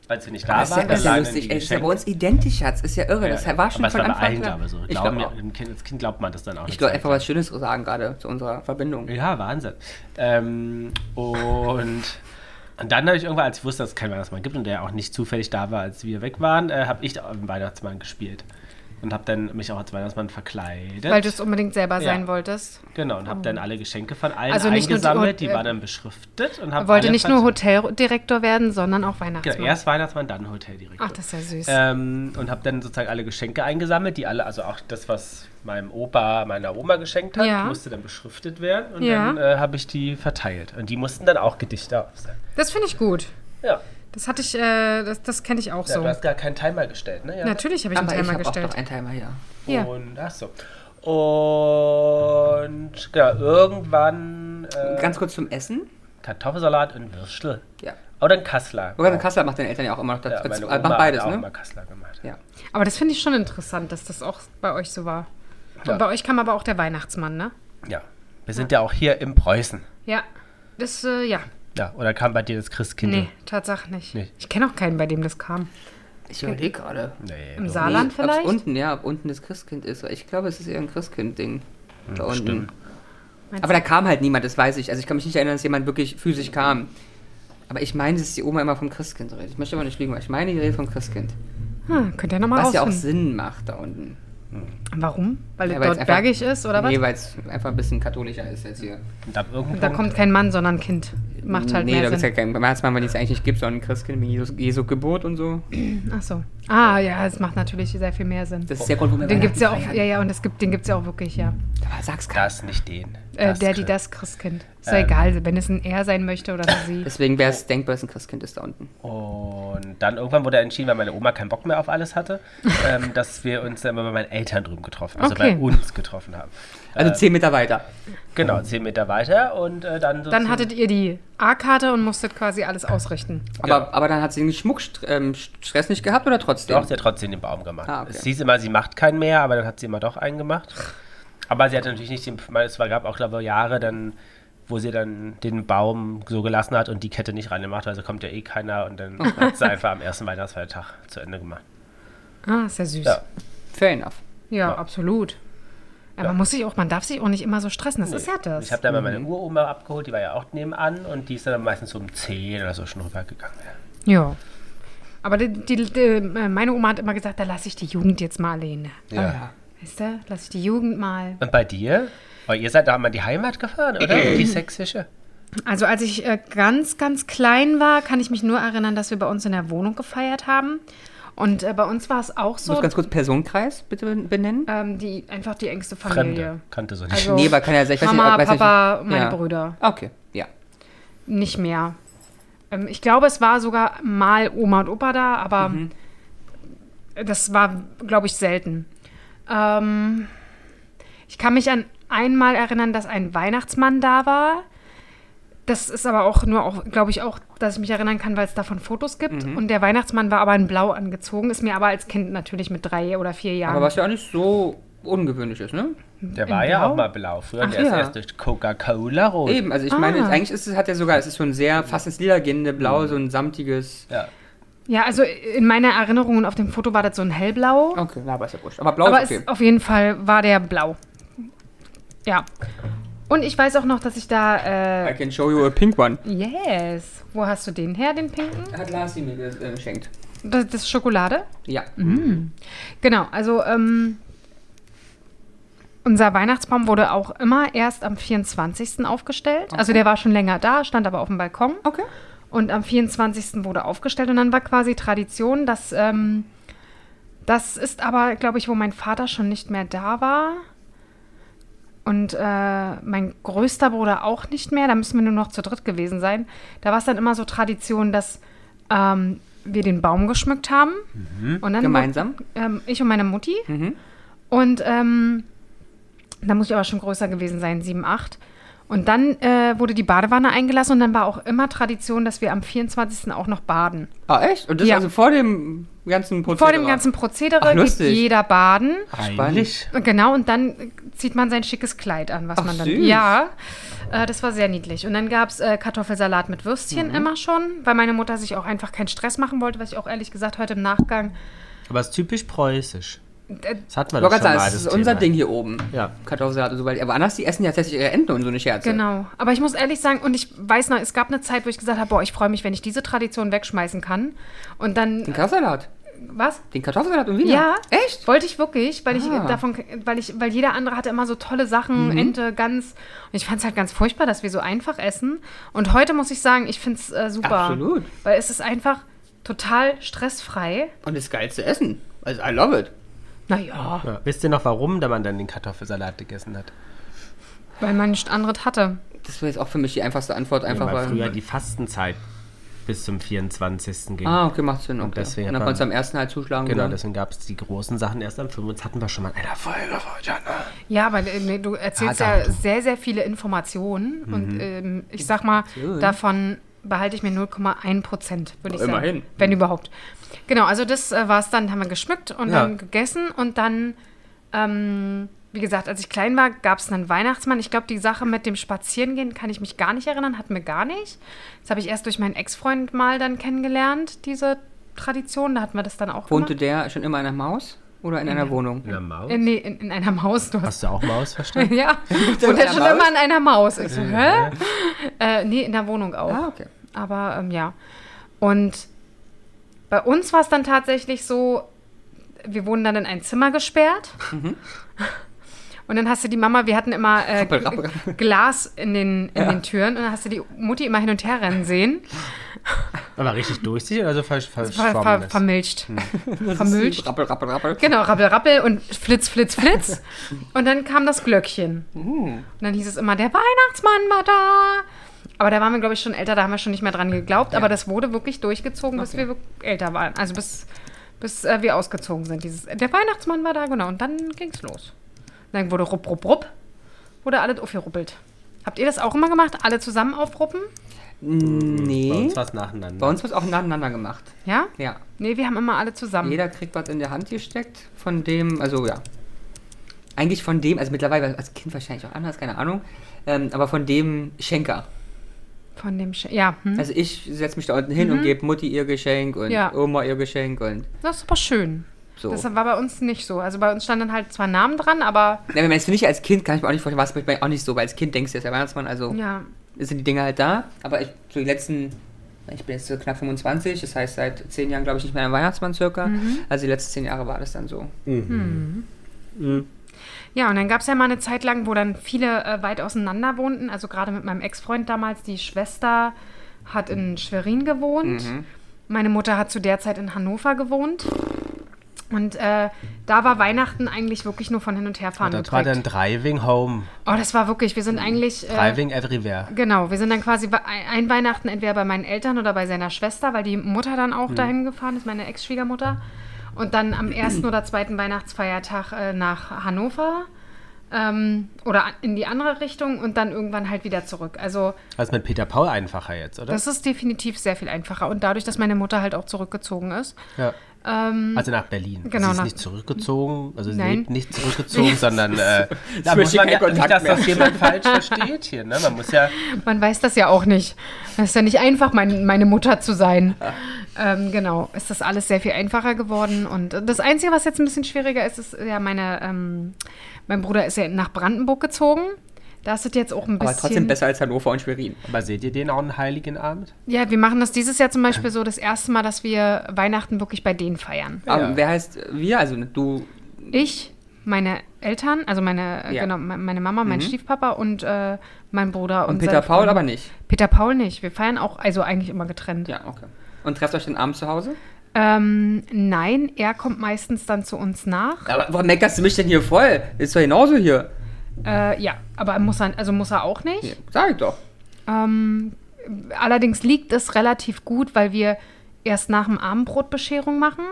weil wir nicht da
Das ist ja,
waren.
das ist ja
allein
lustig.
die
Ey, ist ja bei
Geschenke-
uns identisch, Schatz. Ist ja irre.
Ja,
das war schon
aber es
von
war
Anfang
eine Eingabe so. Ich
Ich
glaub,
glaube auch.
mir, ein kind, als Kind glaubt man das halt dann auch
Ich
nicht.
glaube einfach was Schönes sagen gerade zu unserer Verbindung.
Ja, Wahnsinn. Ähm, und, und dann habe ich irgendwann, als ich wusste, dass es keinen Weihnachtsmann gibt und der auch nicht zufällig da war, als wir weg waren, äh, habe ich da einen Weihnachtsmann gespielt. Und habe dann mich auch als Weihnachtsmann verkleidet.
weil um- du es unbedingt selber
Ja.
sein wolltest.
Genau, und habe dann alle Geschenke von allen
Also nicht nur die
eingesammelt, die,
Hot-
waren dann beschriftet. und
Er
hab
wollte
alle
nicht nur
verteilt.
Hoteldirektor werden, sondern auch
Genau,
Weihnachtsmann.
erst Weihnachtsmann, dann Hoteldirektor.
Ach, das ist ja süß.
ähm, und habe dann sozusagen alle Geschenke eingesammelt, die alle, also auch das, was meinem Opa, meiner Oma geschenkt hat,
Ja.
musste dann beschriftet werden. Und
Ja.
dann äh, habe ich die verteilt. Und die mussten dann auch Gedichte aufsagen.
Das finde ich gut.
Ja,
Das hatte ich, äh, das, das kenne ich auch
ja
so.
du hast gar keinen Timer gestellt, ne? Ja.
Natürlich habe ich einen
Aber ich
Timer
habe auch
gestellt.
noch einen Timer hier.
Ja.
Und, ach so. Und genau, irgendwann äh,
Ganz kurz zum Essen.
Kartoffelsalat und Würstel.
Ja.
Oder ein Kassler.
Sogar eine Kassler macht deine Eltern ja auch immer noch
Ja,
dazu.
meine
dazu-
Oma
macht beides,
hat auch
ne?
mal Kassler gemacht.
Ja.
Aber das finde ich schon interessant, dass das auch bei euch so war.
Ja.
Und bei euch kam aber auch der Weihnachtsmann, ne?
Ja. Wir sind ja auch hier im Preußen.
Ja. Das, äh, ja.
Ja, oder kam bei dir das Christkind?
Nee, Tatsache nicht.
Nicht.
Ich kenne auch keinen, bei dem das kam.
Ich überlege gerade.
Nee,
Im
doch.
Saarland
Nee, ob's
vielleicht?
unten, ja, ob unten das Christkind ist. Ich glaube, es ist eher ein Christkind-Ding. Da unten.
Hm, stimmt.
Meinst
Aber da kam halt niemand, das weiß ich. Also ich kann mich nicht erinnern, dass jemand wirklich physisch kam. Aber ich meine, dass die Oma immer vom Christkind redet. Ich möchte aber nicht lügen, aber ich meine, die redet vom Christkind.
Hm, könnt ihr nochmal
Was ja auch
rausfinden.
Sinn macht da unten.
Warum? Weil
Ja,
es
weil's
dort
einfach-
bergig ist oder was?
Nee, weil es einfach ein bisschen katholischer ist jetzt hier.
Und ab irgendeinem
da
Punkt-
kommt kein Mann, sondern ein Kind. Macht halt
nee, da
mehr
gibt's ja
Sinn.
kein Weihnachtsmann, weil es eigentlich nicht gibt, sondern ein Christkind mit Jesu, Jesu Geburt und so.
Ach so. Ah, ja, es macht natürlich sehr viel mehr Sinn.
Das ist der Grund, warum wir
Den gibt's ja auch,
Weihnachten
ja, ja, und es gibt, den gibt's ja auch wirklich, ja.
feiern. Aber sag's keinem.
Das, nicht den.
Äh,
Das
der, die
Christ-
das Christkind. Ist
Ähm.
ja egal, wenn es ein Er sein möchte oder eine sie.
Deswegen wäre es denkbar, dass ein Christkind ist da unten.
Und dann irgendwann wurde entschieden, weil meine Oma keinen Bock mehr auf alles hatte, ähm, dass wir uns dann immer bei meinen Eltern drüben getroffen haben. Also
Okay.
bei uns getroffen haben.
Also zehn Meter weiter.
Genau, zehn Meter weiter und äh, dann
Dann
sozusagen-
hattet ihr die A-Karte und musstet quasi alles ausrichten.
Aber, aber dann hat sie den Schmuckstress ähm, Stress nicht gehabt oder trotzdem?
Doch, sie hat trotzdem den Baum gemacht.
Ah, okay.
Es hieß immer, sie macht keinen mehr, aber dann hat sie immer doch einen gemacht. Aber sie hat natürlich nicht den, weil es war, gab auch, glaube ich, Jahre dann, wo sie dann den Baum so gelassen hat und die Kette nicht reingemacht, also kommt ja eh keiner und dann hat sie einfach am ersten Weihnachtsfeiertag zu Ende gemacht.
Ah, ist ja süß. Ja,
Ja.
Fair enough.
absolut. Aber man muss sich auch, man darf sich auch nicht immer so stressen. Das ist ja das.
Ich habe da mal meine Uroma abgeholt, die war ja auch nebenan und die ist dann meistens um 10 oder so schon rübergegangen.
ja. Aber die, die, die, äh, meine Oma hat immer gesagt, da lasse ich die Jugend jetzt mal alleine. Ah,
Ja.
Weißt du, lasse ich die Jugend mal.
Und bei dir? Weil ihr seid da mal in die Heimat gefahren, oder? die sächsische?
Also als ich äh, ganz, ganz klein war, kann ich mich nur erinnern, dass wir bei uns in der Wohnung gefeiert haben. Und äh, bei uns war es auch
Muss
so,
ganz kurz Personenkreis bitte benennen?
ähm, die, einfach die engste Familie.
Fremde. Kannte so nicht.
Also-
Nee, aber kann ja sein. Ich weiß
Mama,
nicht, ob- weiß
Papa,
nicht,
meine Brüder.
Okay, ja.
Nicht mehr. Ähm, ich glaube, es war sogar mal Oma und Opa da, aber
Mhm.
das war, glaube ich, selten. Ähm, ich kann mich an einmal erinnern, dass ein Weihnachtsmann da war. Das ist aber auch nur, auch, glaube ich, auch, dass ich mich erinnern kann, weil es davon Fotos gibt.
Mhm.
Und der Weihnachtsmann war aber in Blau angezogen, ist mir aber als Kind natürlich mit drei oder vier Jahren.
Aber was ja auch nicht so ungewöhnlich ist, ne?
Der war
in
ja
Blau?
auch mal blau. Früher
Ach
der ist
ja.
erst durch Coca-Cola rot.
Eben, also ich
Ah. Mhm.
meine, eigentlich ist es, hat er sogar, es ist so ein sehr fast ins Lila gehende Blau, so ein samtiges.
Ja.
ja, also in meiner Erinnerung und auf dem Foto war das so ein hellblau.
Okay, na, aber ist ja wurscht. Aber Blau
Aber
ist okay.
es, auf jeden Fall war der blau. Ja. Und ich weiß auch noch, dass ich da.
I
Äh,
can show you a pink one.
yes. Wo hast du den her, den pinken?
Hat Lars ihn mir ge- äh, geschenkt.
Das, das ist Schokolade?
Ja.
Mhm. Genau, also ähm, unser Weihnachtsbaum wurde auch immer erst am 24. aufgestellt. Also der war schon länger da, stand aber auf dem Balkon.
Okay.
Und am 24. wurde aufgestellt und dann war quasi Tradition, dass ähm, das ist aber, glaube ich, wo mein Vater schon nicht mehr da war. Und äh, mein größter Bruder auch nicht mehr, da müssen wir nur noch zu dritt gewesen sein. Da war es dann immer so Tradition, dass ähm, wir den Baum geschmückt haben. Und dann
Mhm. Gemeinsam? Mhm.
ähm, ich und meine Mutti. Und ähm, da muss ich aber schon größer gewesen sein, 7, 8. Und dann äh, wurde die Badewanne eingelassen und dann war auch immer Tradition, dass wir am 24. auch noch baden.
Ah, echt? Und das
Ja.
also vor dem ganzen Prozess.
Vor dem ganzen Prozedere
Ach,
geht
lustig.
jeder baden.
Eigentlich.
Und Genau, und dann zieht man sein schickes Kleid an, was
Ach,
man dann.
süß.
Ja, äh, das war sehr niedlich. Und dann gab es äh, Kartoffelsalat mit
Mhm.
Würstchen immer schon, weil meine Mutter sich auch einfach keinen Stress machen wollte, was ich auch ehrlich gesagt heute im Nachgang.
Aber es ist typisch preußisch. Das hatten
Ich
wir
Äh, wollte
doch
gerade
schon
sagen,
mal,
das ist
das
unser
Thema.
Ding hier oben.
Ja.
Kartoffelsalat und so weiter. Aber anders, die essen ja tatsächlich ihre Enten und so eine Scherze.
Genau. Aber ich muss ehrlich sagen, und ich weiß noch, es gab eine Zeit, wo ich gesagt habe, boah, ich freue mich, wenn ich diese Tradition wegschmeißen kann. Und dann.
Den Kartoffelsalat.
Was?
Den Kartoffelsalat und Wiener.
Ja,
Echt?
Wollte ich wirklich, weil ich
Ah. Mhm.
davon, weil ich, weil jeder andere hatte immer so tolle Sachen, Ente, Gans. Und ich fand es halt ganz furchtbar, dass wir so einfach essen. Und heute muss ich sagen, ich finde es äh, super.
Absolut.
Weil es ist einfach total stressfrei.
Und das geilste Essen. Also, I love it.
Naja,
Ja. Wisst ihr noch, warum da man dann den Kartoffelsalat gegessen hat?
weil man nichts anderes hatte.
Das wäre jetzt auch für mich die einfachste Antwort. Einfach
weil
weil.
früher die Fastenzeit bis zum 24. ging.
Ah, okay, macht Sinn. Okay. Und,
deswegen hat
dann
man-
konntest du am ersten halt zuschlagen.
Genau,
oder?
deswegen gab es die großen Sachen erst am 25. hatten wir schon mal in einer Folge von Jana.
Ja, aber äh, nee, du erzählst
Ah, da,
ja
du.
sehr, sehr viele Informationen. Und ähm, ich sag mal,
Informationen.
davon behalte ich mir 0,1 Prozent, würde ich sagen.
Immerhin. Mhm.
Wenn überhaupt. Genau, also das äh, war es dann, haben wir geschmückt und
Ja.
dann gegessen. Und dann, ähm, wie gesagt, als ich klein war, gab es einen Weihnachtsmann. Ich glaube, die Sache mit dem Spazierengehen kann ich mich gar nicht erinnern, hatten wir gar nicht. Das habe ich erst durch meinen Ex-Freund mal dann kennengelernt, diese Tradition. Da hatten wir das dann auch
Wohnte
gemacht.
der schon immer in einem Haus oder in einer Wohnung?
In der Maus?
Äh, nee, in, in einer Maus. Du hast
Hast du auch Maus verstanden?
Ja,
in
und
einer
dann schon
Maus?
immer an einer Maus. Ich so, hä? Äh, nee, in der Wohnung auch.
Ah, okay.
Aber ähm, ja. Und bei uns war es dann tatsächlich so, wir wurden dann in ein Zimmer gesperrt.
Mhm.
Und dann hast du die Mama, wir hatten immer äh,
Rappel, rappel, rappel.
Glas in, den, in den Türen und dann hast du die Mutti immer hin und her rennen sehen.
Aber richtig durchsichtig oder so ver
Ver, ver,
verschwommenes?
vermilcht. Vermilcht.
Rappel, rappel, rappel.
Genau, rappel, rappel und flitz, flitz, flitz. und dann kam das Glöckchen. Und dann hieß es immer, der Weihnachtsmann war da. Aber da waren wir, glaube ich, schon älter, da haben wir schon nicht mehr dran geglaubt. Aber das wurde wirklich durchgezogen, bis wir wirk- älter waren. Also bis, bis äh, wir ausgezogen sind. Dieses, der Weihnachtsmann war da, genau. Und dann ging's los. Und dann wurde rupp, rupp, rupp, wurde alles aufgeruppelt. Habt ihr das auch immer gemacht? Alle zusammen aufruppen?
Bei
Mm, Nee.
uns war es nacheinander.
Bei uns wird auch nacheinander gemacht.
Ja?
Ja.
Nee, wir haben immer alle zusammen.
Jeder kriegt was in der Hand gesteckt, von dem, also ja. Eigentlich von dem, also mittlerweile als Kind wahrscheinlich auch anders, keine Ahnung, ähm, aber von dem Schenker.
Von dem Sch Ja, hm?
Also ich setze mich da unten hin und gebe Mutti ihr Geschenk und
Ja.
Oma ihr Geschenk und
das ist aber schön.
so.
Das war bei uns nicht so. Also bei uns standen halt zwar Namen dran, aber
Na, wenn man es nicht als Kind, kann ich mir auch nicht vorstellen, war es bei mir auch nicht so, weil als Kind denkst du, das ist der Weihnachtsmann, also
ja,
sind die Dinge halt da. Aber ich, so die letzten, ich bin jetzt so knapp 25, das heißt seit zehn Jahren glaube ich nicht mehr ein Weihnachtsmann circa.
Mhm.
Also die letzten zehn Jahre war das dann so.
Ja, und dann gab es ja mal eine Zeit lang, wo dann viele äh, weit auseinander wohnten. Also gerade mit meinem Ex-Freund damals, die Schwester hat in Schwerin gewohnt. Meine Mutter hat zu der Zeit in Hannover gewohnt. Und äh, da war Weihnachten eigentlich wirklich nur von hin und herfahren
das war dann
geprägt.
Driving Home.
Oh, das war wirklich, wir sind eigentlich... Äh,
Driving Everywhere.
Genau, wir sind dann quasi bei- ein Weihnachten entweder bei meinen Eltern oder bei seiner Schwester, weil die Mutter dann auch dahin gefahren ist, meine Ex-Schwiegermutter. Und dann am ersten oder zweiten Weihnachtsfeiertag äh, nach Hannover ähm, oder an- in die andere Richtung und dann irgendwann halt wieder zurück. Also
Das ist mit Peter Paul einfacher jetzt, oder?
das ist definitiv sehr viel einfacher. Und dadurch, dass meine Mutter halt auch zurückgezogen ist,
ja. also nach Berlin.
genau,
sie ist
nach-
nicht zurückgezogen, also sie
Nein.
lebt nicht zurückgezogen, sondern äh, da muss
möchte
man
kein
ja nicht,
Kontakt
dass
mehr.
das jemand falsch versteht hier. Ne? Man muss ja
man weiß das ja auch nicht. Es ist ja nicht einfach, mein, meine Mutter zu sein.
Ah.
Ähm, genau, ist das alles sehr viel einfacher geworden. Und das Einzige, was jetzt ein bisschen schwieriger ist, ist ja meine, ähm, mein Bruder ist ja nach Brandenburg gezogen. Da ist es jetzt auch ein bisschen.
Aber trotzdem besser als Hannover und Schwerin.
Aber seht ihr den auch einen heiligen Abend?
Ja, wir machen das dieses Jahr zum Beispiel so das erste Mal, dass wir Weihnachten wirklich bei denen feiern.
Aber
Ja.
wer heißt wir? Also du,
Ich, meine Eltern, also meine, äh,
Ja. Mhm.
genau, me- meine Mama, mein Stiefpapa und äh, mein Bruder und,
Und Peter
sein
Paul
Freund.
aber nicht.
Peter Paul nicht. Wir feiern auch, also eigentlich immer getrennt.
Ja, okay. Und trefft euch dann abends zu Hause?
Ähm, nein, er kommt meistens dann zu uns nach.
Aber warum meckerst du mich denn hier voll? Ist doch genauso hier.
Äh, ja, aber er muss er, also muss er auch nicht.
Ja, sag ich doch.
Ähm, allerdings liegt es relativ gut, weil wir erst nach dem Abendbrot Bescherung machen.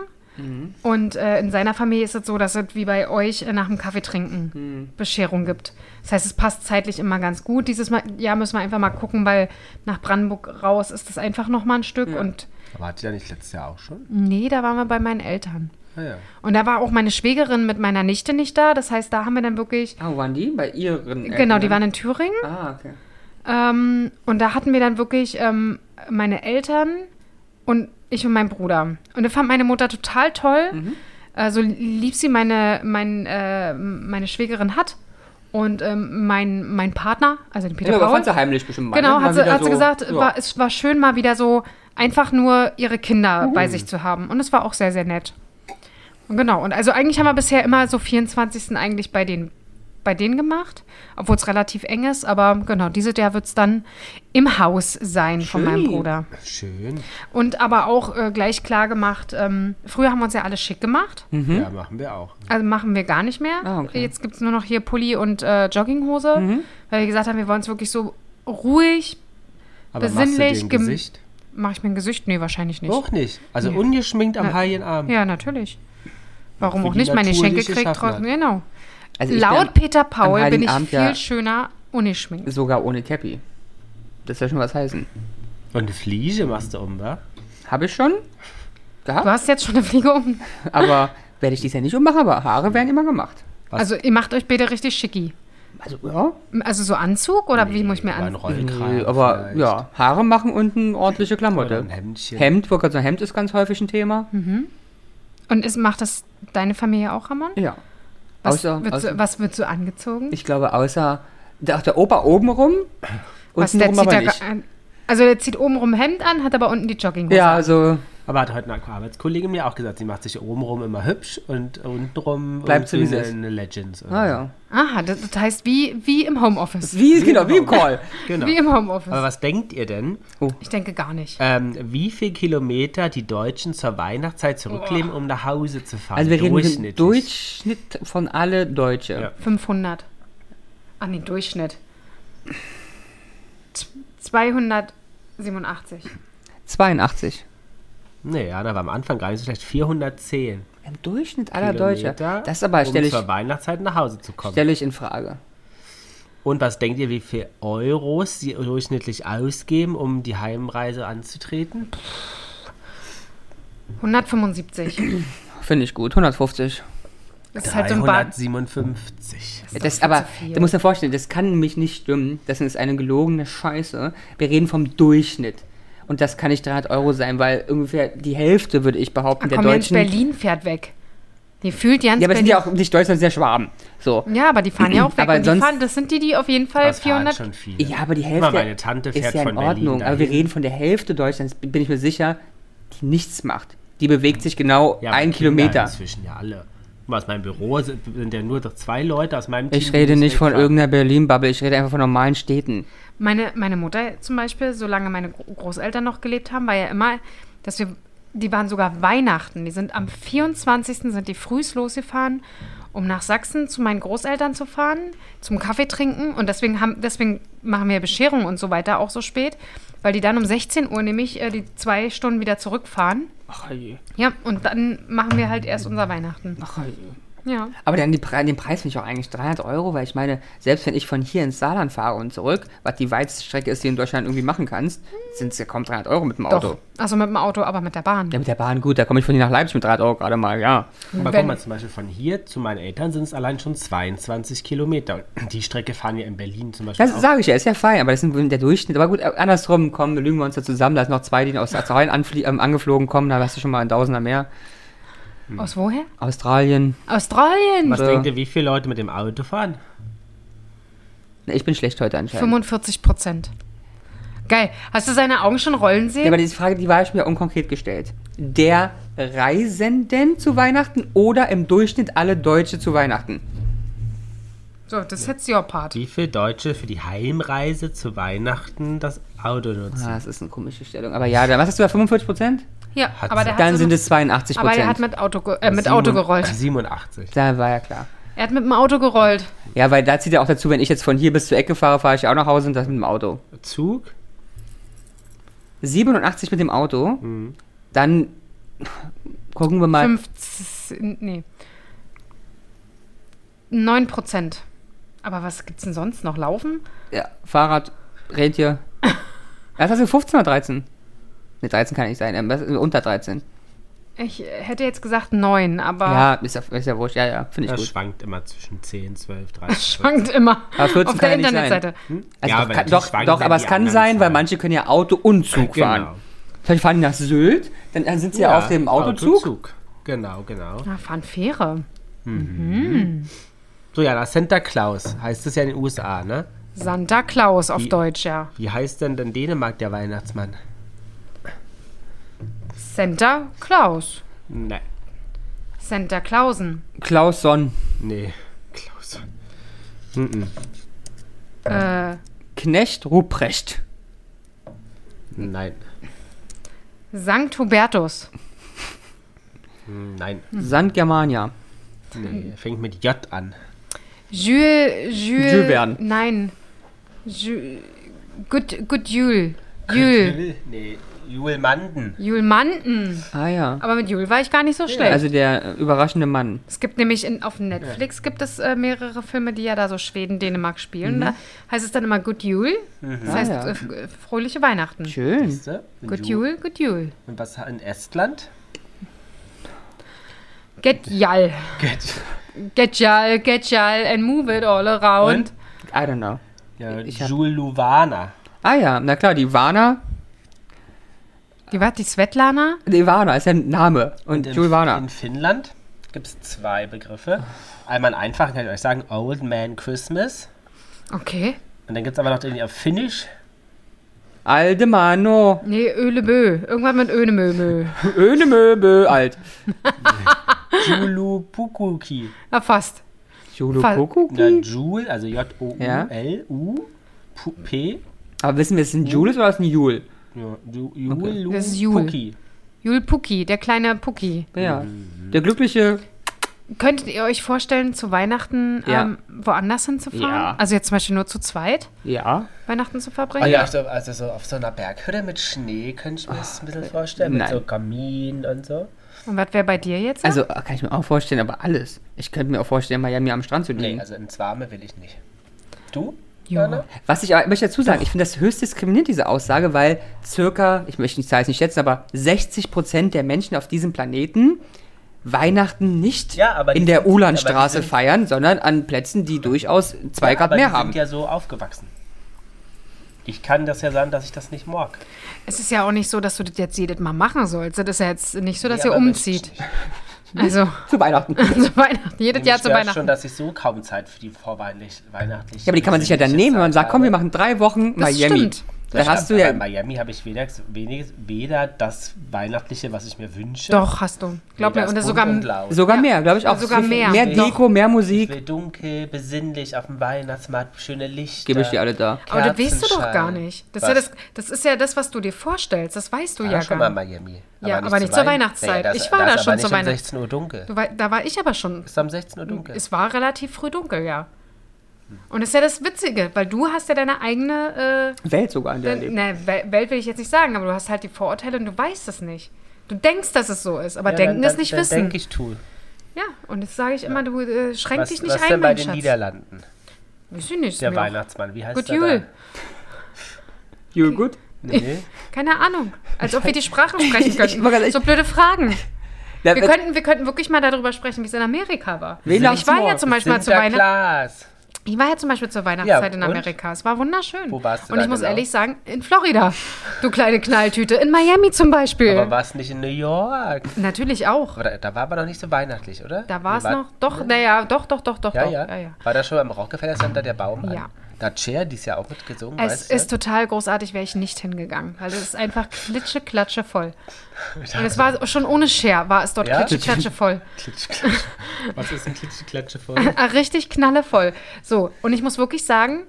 Und äh, in seiner Familie ist es so, dass es wie bei euch äh, nach dem Kaffee trinken Bescherung gibt. Das heißt, es passt zeitlich immer ganz gut. Dieses mal, Jahr müssen wir einfach mal gucken, weil nach Brandenburg raus ist das einfach nochmal ein Stück. Und
Aber hat die da nicht letztes Jahr auch schon?
nee, da waren wir bei meinen Eltern.
Ah, ja.
Und da war auch meine Schwägerin mit meiner Nichte nicht da. Das heißt, da haben wir dann wirklich.
Ah, waren die bei ihren Eltern?
Genau, die waren in Thüringen.
Ah, okay.
Ähm, und da hatten wir dann wirklich ähm, meine Eltern und ich und mein Bruder. Und das fand meine Mutter total toll.
Mhm.
Also lieb sie meine, mein, äh, meine Schwägerin hat. Und ähm, mein, mein Partner, also den Peter
Ja, aber
Paul.
fand sie heimlich bestimmt mal.
Genau,
ne? Mal
hat sie,
wieder
hat sie
so,
gesagt,
ja.
war, es war schön, mal wieder so einfach nur ihre
Uh.
Kinder bei sich zu haben. Und es war auch sehr, sehr nett. Und genau, und also eigentlich haben wir bisher immer so 24. eigentlich bei denen, bei denen gemacht, obwohl es relativ eng ist. Aber genau, dieses Jahr wird es dann im Haus sein von meinem
Schön.
Bruder.
Schön.
Und aber auch äh, gleich klar gemacht, ähm, früher haben wir uns ja alles schick gemacht.
Mhm.
Ja, machen wir auch.
Also machen wir gar nicht mehr.
Hm. Ah, okay. Mhm.
Jetzt gibt es nur noch hier Pulli und äh, Jogginghose, weil wir gesagt haben, wir wollen es wirklich so ruhig.
Aber machst du dir
Besinnlich
ein
gem-
Gesicht?
Mache ich mir ein Gesicht? Nee, wahrscheinlich nicht.
Auch nicht. Also ungeschminkt am heiligen Abend.
Ja, natürlich. Warum
Für
auch
die
nicht? Meine
Natur, die
Schenkel
es
kriegt
geschaffen
trotzdem.
hat.
Genau.
also ich
Laut
bin
Peter Paul bin
Heiligen
ich
Abend
viel
ja-
schöner ungeschminkt.
Sogar ohne Cappy. Das soll schon was heißen.
Und eine Fliege machst du um, wa?
Habe ich schon
Du
gehabt,
hast jetzt schon eine Fliege um.
aber werde ich dies ja nicht ummachen, aber Haare werden immer gemacht.
Was?
Also ihr macht euch bitte richtig schicki.
Also, ja.
Also so Anzug oder wie muss ich mir
Über einen
an?
Rollkragen.
Nee, aber
vielleicht.
ja, Haare machen und eine ordentliche
Oder
Klamotte.
ein Hemdchen.
Hemd, wollte gerade sagen, Hemd ist ganz häufig ein Thema.
Und ist, macht das deine Familie auch, Ramon?
Ja.
Was,
außer,
wird,
außer,
so, was wird so angezogen?
ich glaube, außer der, der Opa oben rum,
was,
unten rum aber
da
nicht.
gar- an- also der zieht oben rum Hemd an, hat aber unten die Jogginghose.
Ja,
an.
also
Aber hat heute eine Arbeitskollegin mir auch gesagt, sie macht sich obenrum immer hübsch und untenrum
Bleibt so, wie
irgendwie
sie
eine,
ist.
eine Legends. oder
ah
so.
ja.
Aha, das, das heißt wie, wie im Homeoffice.
Wie, genau, wie im
Raum.
Call.
Genau.
Wie im Homeoffice.
aber was denkt ihr denn,
ich denke gar nicht.
ähm, wie viel Kilometer die Deutschen zur Weihnachtszeit zurücklegen, um nach Hause zu fahren?
Also wir reden
Durchschnittlich.
im Durchschnitt von alle Deutsche.
Ja.
500. An den Ah, Durchschnitt. Z- 287.
82.
Nee, ja, da war am Anfang gar nicht so schlecht. 410
Im Durchschnitt aller Deutsche.
Kilometer,
Das aber
um
stelle ich,
zur Weihnachtszeit nach Hause zu kommen.
stelle ich in Frage.
Und was denkt ihr, wie viel Euros sie durchschnittlich ausgeben, um die Heimreise anzutreten?
175.
Finde ich gut. 150.
Das ist halt so ein Bad.
357.
ist
Das,
doch viel
aber,
zu viel.
du musst dir vorstellen, das kann mich nicht stimmen. Das ist eine gelogene Scheiße. Wir reden vom Durchschnitt. Und das kann nicht 300 Euro sein, weil ungefähr die Hälfte, würde ich behaupten,
Ah,
der
komm, ganz
Deutschen.
Berlin fährt weg. Die fühlt ganz
Ja, aber es
Berlin.
sind ja auch nicht Deutschland, es sind ja Schwaben. So.
ja, aber die fahren ja auch weg.
Aber
und die
sonst-
fahren, das sind die, die auf jeden Fall
Das fahren
400.
schon viele.
Ja, aber die
Guck mal,
Hälfte
meine Tante
ist
fährt
ja in
von Berlin
Ordnung. Aber wir
dahin.
reden von der Hälfte Deutschlands, bin ich mir sicher, die nichts macht. Die bewegt sich genau
Ja, aber
einen
Kinder
Kilometer.
Inzwischen ja alle. Guck mal, aus meinem Büro sind, sind ja nur doch zwei Leute aus meinem Team.
Ich
die
rede nicht von
wegfahren.
irgendeiner Berlin-Bubble, ich rede einfach von normalen Städten.
Meine, meine Mutter zum Beispiel, solange meine Gro- Großeltern noch gelebt haben, war ja immer, dass wir, die waren sogar Weihnachten. Die sind am 24. sind die frühs losgefahren, um nach Sachsen zu meinen Großeltern zu fahren, zum Kaffee trinken. Und deswegen, haben, deswegen machen wir Bescherung und so weiter auch so spät, weil die dann um 16 Uhr nämlich äh, die zwei Stunden wieder zurückfahren.
Ach, je.
Ja, und dann machen wir halt erst unser Weihnachten.
Ach, je.
Ja.
Aber dann die Pre den Preis finde ich auch eigentlich 300 Euro, weil ich meine, selbst wenn ich von hier ins Saarland fahre und zurück, was die Weizstrecke ist, die du in Deutschland irgendwie machen kannst, sind es ja kaum 300 Euro mit dem Auto.
Doch. Also mit dem Auto, aber mit der Bahn.
Ja, mit der Bahn gut, da komme ich von hier nach Leipzig mit 300 Euro gerade mal, ja.
Aber
Wenn-
guck mal, zum Beispiel von hier zu meinen Eltern sind es allein schon 22 Kilometer. Und Die Strecke fahren ja in Berlin zum Beispiel.
Das sage ich ja, ist ja fein, aber das ist der Durchschnitt. Aber gut, äh, andersrum, komm, lügen wir uns da zusammen, da sind noch zwei, die aus Australien anflie- ähm, angeflogen kommen, da hast du schon mal ein Tausender mehr.
Aus woher?
Australien,
Australien.
Was
So.
denkt ihr, wie viele Leute mit dem Auto fahren?
Na, ich bin schlecht heute anscheinend.
45 Prozent. Geil. Hast du seine Augen schon rollen
Ja,
sehen?
aber diese Frage, die war ich mir unkonkret gestellt. Der Reisenden zu Weihnachten oder im Durchschnitt alle Deutsche zu Weihnachten?
so, das ist jetzt your part.
Wie viele Deutsche für die Heimreise zu Weihnachten das Auto nutzen?
Ah, das ist eine komische Stellung. Aber ja, dann, was hast du da, 45 Prozent?
Ja,
Hat
aber
sie-
der hat
Dann
so
sind
eine-
es 82
Aber er hat
Prozent.
mit Auto, ge- äh, mit Auto gerollt.
87.
Da war ja klar.
Er hat mit dem Auto gerollt.
Ja, weil da zieht ja auch dazu, wenn ich jetzt von hier bis zur Ecke fahre, fahre ich auch nach Hause und das mit dem Auto.
Zug?
87 mit dem Auto, dann Gucken wir mal.
15, nee. 9 Prozent. Aber was gibt's denn sonst noch? Laufen?
Ja, Fahrrad, Rentier. Was hast du, 15 oder 13? Ne, 13 kann nicht sein, ähm, was- unter 13.
Ich hätte jetzt gesagt 9, aber
Ja, ist ja, ist ja wurscht, ja, ja, finde ich
Das
gut.
schwankt immer zwischen 10, 12, 13.
schwankt immer
Aber 14
auf der
kann ja nicht
Internetseite.
Also
Ja,
doch,
aber
kann,
natürlich
doch,
schwanken
doch
dann
aber
die
es kann
anderen
sein, weil
Zahlen.
manche können ja Auto und Zug fahren. Vielleicht fahren die nach Sylt, dann, dann sind sie ja, auf dem Autozug.
Genau, genau.
Ah, fahren Fähre.
So, ja, das Santa Claus heißt es ja in den USA, ne?
Santa Claus auf
Die-
Deutsch, ja.
Wie heißt denn in Dänemark der Weihnachtsmann?
Santa Claus.
Nein.
Santa Clausen.
Klaus Sonn,
Nee. Klaus.
Äh,
Knecht Ruprecht.
Nein.
Sankt Hubertus.
Nein.
Sand Germania.
Nee. Fängt mit J an.
Jules, Jules.
Jules Verne.
Nein. Jules, gut, gut Jules. Jules.
Nee. Jule Manden.
Jules Manten.
Ah ja.
Aber mit Jules war ich gar nicht so schlecht.
Also der äh, überraschende Mann.
Es gibt nämlich in, auf Netflix gibt es äh, mehrere Filme, die ja da so Schweden, Dänemark spielen. Da heißt es dann immer Good Jul. Das heißt
Mhm. Ah, ja.
äh, f- äh, fröhliche Weihnachten.
Schön.
Siehste?
Good
Ju-
Jul, Good Jul.
Und was in Estland?
Get Jal.
Gut.
Get Jal, get Jal and move it all around.
Und?
I don't know.
Ja,
Ich hab-
Jule Luvana.
Ah ja, na klar, die Warner.
Die war die Svetlana.
Die Warner ist ja ein Name. Und,
in,
Jules Warner.
in Finnland gibt es zwei Begriffe. Einmal einen einfachen, kann ich euch sagen, Old Man Christmas.
Okay. Und
Und dann gibt es aber noch den auf Finnisch.
Aldemano.
Nee, Ölebö. Irgendwann mit Önemömö.
Öne Möbel alt.
Julu Pukuki.
Na, fast.
Julu
Fall-
Na,
Kukuki.
Jule, also J-O-U-L-U Pu- P.
Aber wissen wir, ist es ein Jules oder ist es ein Jul?
Ja, Ju- Julu
Das ist Jul.
Puki.
Jul Puki, der kleine Puki.
Ja. Der glückliche.
Könntet ihr euch vorstellen, zu Weihnachten
Ja.
ähm, woanders hinzufahren?
Ja.
Also jetzt zum Beispiel nur zu zweit
Ja.
Weihnachten zu verbringen?
Ah, ja, so- also so auf so einer Berghütte mit Schnee könnte ich mir das ein bisschen vorstellen. Mit
nein.
so Kamin und so.
Und was wäre bei dir jetzt?
Also äh, kann ich mir auch vorstellen, aber alles. Ich könnte mir auch vorstellen, Miami am Strand zu liegen.
Nee, also ins Warme will ich nicht. Du?
Ja.
Jana?
Was ich aber ich möchte dazu sagen, ich finde das höchst diskriminierend, diese Aussage, weil circa, ich möchte die Zahl jetzt nicht schätzen, aber 60 Prozent der Menschen auf diesem Planeten Weihnachten nicht
Ja, aber die
in der
sind- aber die
Ulanstraße
sind-
feiern, sondern an Plätzen, die durchaus zwei Grad
aber
mehr
die
haben.
sind ja so aufgewachsen. Ich kann das ja sagen, dass ich das nicht mag.
Es ist ja auch nicht so, dass du das jetzt jedes Mal machen sollst. Das ist ja jetzt nicht so, dass
Nee,
ihr
aber
umzieht.
Ich, ich,
Also
Zu Weihnachten. Ja,
zu Weihnachten, jedes
ja,
Jahr zu
zu Weihnachten. schon,
Weihnachten.
dass ich so kaum Zeit für die vorweihnachtliche. Ja,
aber die kann man sich ja dann nehmen, wenn man sagt, komm, wir machen drei Wochen
Das
Miami.
stimmt.
Da hast du ja.
ja. In Miami habe ich weder, wenig, weder das Weihnachtliche, was ich mir wünsche.
Doch, hast du. Glaub
weder
mir. Und das
bunt
sogar.
und laut.
Sogar
Ja,
mehr, glaube ich auch.
sogar
Es ist
mehr.
Mehr
Doch.
Deko, mehr
Ich
Musik.
will dunkel, besinnlich auf dem Weihnachtsmarkt, schöne Lichter.
Gebe ich dir alle da.
Aber das weißt du doch gar
Kerzenschein.
nicht. Das ist, ja
Was?
das, das ist ja das, was du dir vorstellst. Das weißt du
Ich
ja,
war
gar
schon mal in
nicht.
Miami.
Ja, aber nicht zur
Weihn-
Weihnachtszeit.
Nee, das-
Ich war
das
da
aber
schon
nicht
zur
um
Weihnacht-
16 Uhr dunkel.
Du, wei- da war ich aber schon.
Ist um 16 Uhr dunkel.
Es war relativ früh dunkel, ja. Und das ist ja das Witzige, weil du hast ja deine eigene äh,
Welt sogar in der
Denn,
Leben.
ne, Wel- Welt will ich jetzt nicht sagen, aber du hast halt die Vorurteile und du weißt es nicht. Du denkst, dass es so ist, aber
Ja,
denken
dann,
ist nicht
dann, Dann
wissen.
denke ich, tu.
ja, und das sage ich immer, du äh, schränk
Was,
dich
was
nicht
denn
ein,
bei
mein
den
Schatz.
Niederlanden?
Weiß ich nicht. ist
Der
mir auch-
Weihnachtsmann, wie heißt
Good
der
Jule.
da?
You good?
Nee.
Keine Ahnung. Als ob wir die Sprache sprechen
Ich- ich-
könnten. so blöde Fragen.
Ja,
Wir könnten, wir könnten wirklich mal darüber sprechen, wie es in Amerika war.
Weihnachtsmorgen.
Ich war ja zum Beispiel mal zu
Sinterklaas.
Weihnachten. Ich war ja zum Beispiel zur Weihnachtszeit in
und?
Amerika. Es war wunderschön.
Wo warst du
und
da
ich muss
genau?
ehrlich sagen, in Florida. Du kleine Knalltüte. In Miami zum Beispiel.
Aber war es nicht in New York?
Natürlich auch.
Aber da, da war aber noch nicht so weihnachtlich, oder?
Da war es noch. Doch, naja, doch, doch, doch, doch,
Ja,
doch.
ja.
Ja, ja.
War da schon am Rockefeller Center der Baum an?
Ja.
Da hat Cher dies Jahr auch mitgesungen,
Es
weißt
ist total großartig, wäre ich nicht hingegangen, weil es ist einfach klitscheklatsche voll. Und es war schon ohne Scher, war es dort
Ja?
klitscheklatsche voll.
du? Klitschklatsche. Was ist ein Klitschklatsche voll?
Ah, Richtig knallevoll. So, und ich muss wirklich sagen,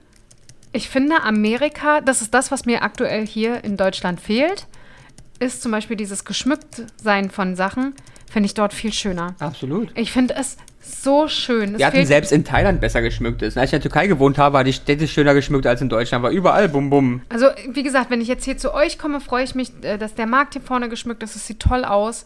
ich finde Amerika, das ist das, was mir aktuell hier in Deutschland fehlt, ist zum Beispiel dieses Geschmücktsein von Sachen. finde ich dort viel schöner.
Absolut.
Ich finde es so schön. Es
Wir hatten selbst in Thailand besser geschmückt ist. Als ich in der Türkei gewohnt habe, war die Städte schöner geschmückt als in Deutschland. War überall bum bum.
also, wie gesagt, wenn ich jetzt hier zu euch komme, freue ich mich, äh, dass der Markt hier vorne geschmückt ist. Es sieht toll aus.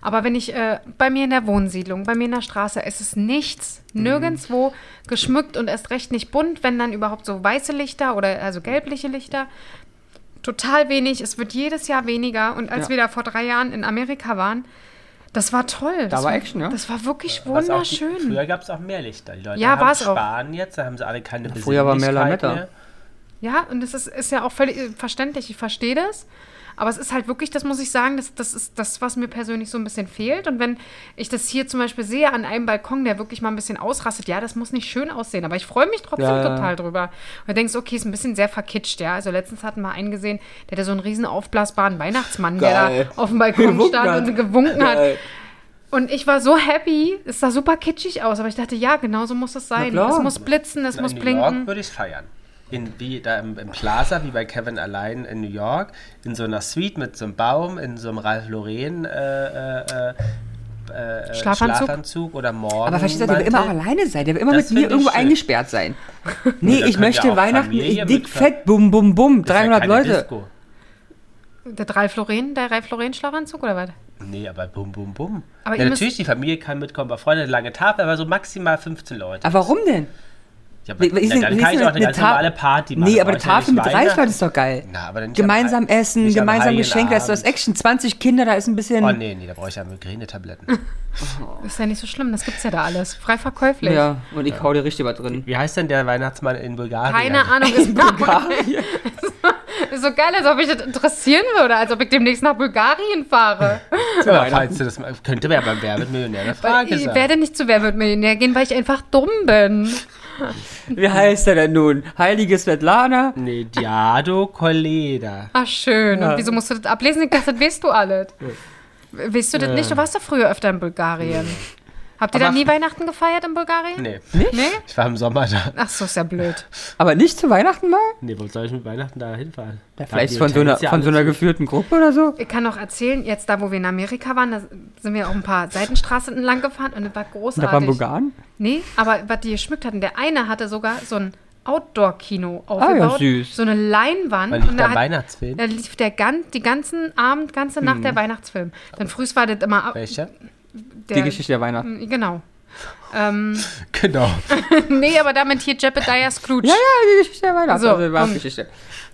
Aber wenn ich äh, bei mir in der Wohnsiedlung, bei mir in der Straße, es ist nichts,
Mhm.
nirgendwo geschmückt und erst recht nicht bunt, wenn dann überhaupt so weiße Lichter oder also gelbliche Lichter. Total wenig. Es wird jedes Jahr weniger. Und als
Ja.
wir da vor drei Jahren in Amerika waren, das war toll. das
war Action, ja.
Das war wirklich
Was auch die-
wunderschön.
Früher gab es auch mehr Lichter. Die Leute
Ja,
haben
war's auch.
sparen jetzt, da haben sie alle keine Besinnlichkeit
früher war mehr Lametta.
mehr.
Ja, und das ist, ist ja auch völlig äh, verständlich. Ich verstehe das. Aber es ist halt wirklich, das muss ich sagen, das, das ist das, was mir persönlich so ein bisschen fehlt. Und wenn ich das hier zum Beispiel sehe an einem Balkon, der wirklich mal ein bisschen ausrastet, ja, das muss nicht schön aussehen, aber ich freue mich trotzdem
Ja, ja, ja.
total drüber. Und du denkst, okay, ist ein bisschen sehr verkitscht, ja. Also letztens hatten wir einen gesehen, der hatte so einen riesen aufblasbaren Weihnachtsmann, der
Geil.
da auf dem Balkon
Gewunken
stand
hat.
und gewunken hat.
Geil.
Und ich war so happy, es sah super kitschig aus, aber ich dachte, ja, genau so muss es sein.
klar.
Es muss blitzen, es
Na,
muss
in New
blinken.
York würde ich es feiern. In, wie da im, im Plaza, wie bei Kevin allein in New York, in so einer Suite mit so einem Baum, in so einem Ralph Lauren äh, äh, äh, äh,
Schlafanzug?
Schlafanzug oder morgen.
Aber versteht ihr, der will immer auch alleine sein. Der will immer
Das
mit mir
find ich
irgendwo
schön.
eingesperrt sein. Nee,
da
ich
kann ja
möchte
auch
Weihnachten
Familie
ich dick,
mit-
fett, bum, bum, bum. 300 Leute.
Disco.
Der Ralf Lauren, der Ralf Lauren Schlafanzug oder was?
Nee, aber bum, bum, bum.
Aber
ja,
ihr müsst-
natürlich, die Familie kann mitkommen, aber Freunde, lange Tafel, aber so maximal 15 Leute.
Aber warum denn?
Ja, aber,
Wie- wie ist
na,
denn-
dann
wie
kann
ist
ich
denn
auch eine ganz
Ta-
normale Party machen.
Nee, aber eine
Brauche ich ja
Tafel mit
nicht
30 Leuten
Weihnachten.
ist doch geil.
Na, aber dann nicht am
gemeinsam
Heil-
essen,
nicht am
gemeinsam
Heiligen
Geschenk, da ist das
Abend.
Action. 20 Kinder, da ist ein bisschen.
Oh nee, nee, da brauche ich ja Migränetabletten.
Ist ja nicht so schlimm, das gibt's ja da alles. Frei verkäuflich.
ja, und ich hau dir richtig was drin.
Wie heißt denn der Weihnachtsmann in Bulgarien?
Keine Ahnung, ist, ist so geil, als ob ich das interessieren würde, als ob ich demnächst nach Bulgarien fahre.
Ja, falls du das mal- könnte ja beim Wer wird Millionär eine
Weil
Frage
ich
sein.
werde nicht zu Äh, Wer wird Millionär gehen, weil ich einfach dumm bin.
Wie heißt der denn nun? Heilige Svetlana?
Nee, Diado Koleda.
Ach schön. Und wieso musst du das ablesen? Ich dachte, das weißt du alles. Weißt du das nicht? Du warst doch früher öfter in Bulgarien. Habt ihr da
Aber-
nie Weihnachten gefeiert in Bulgarien?
Nee.
Nee?
Ich war im Sommer da.
Ach so, ist ja blöd.
Aber nicht zu Weihnachten mal?
Nee, wo soll ich mit Weihnachten da hinfahren? Da haben
Vielleicht
die
von so, einer,
Hotels ja
von so
alle
einer
zu.
geführten Gruppe oder so?
Ich kann auch erzählen, jetzt da, wo wir in Amerika waren, da sind wir auch ein paar Seitenstraßen entlang gefahren und das war
Da waren
großartig.
Bulgaren?
Nee, aber was die geschmückt hatten, der eine hatte sogar so ein Outdoor-Kino
Ah, ja,
aufgebaut.
süß.
So eine Leinwand.
Man lief da
hat-
Weihnachtsfilm?
Da lief der gan die ganzen Abend, ganze Nacht
Mhm.
der Weihnachtsfilm. Dann frühs war das immer ab.
Welche?
Der,
Die Geschichte der Weihnachten.
Mm, Genau. Ähm,
Genau.
nee, aber damit hier Jebediah Scrooge.
Ja, ja, die Geschichte der Weihnachten.
So,
also die
und-
Weihnachtsgeschichte.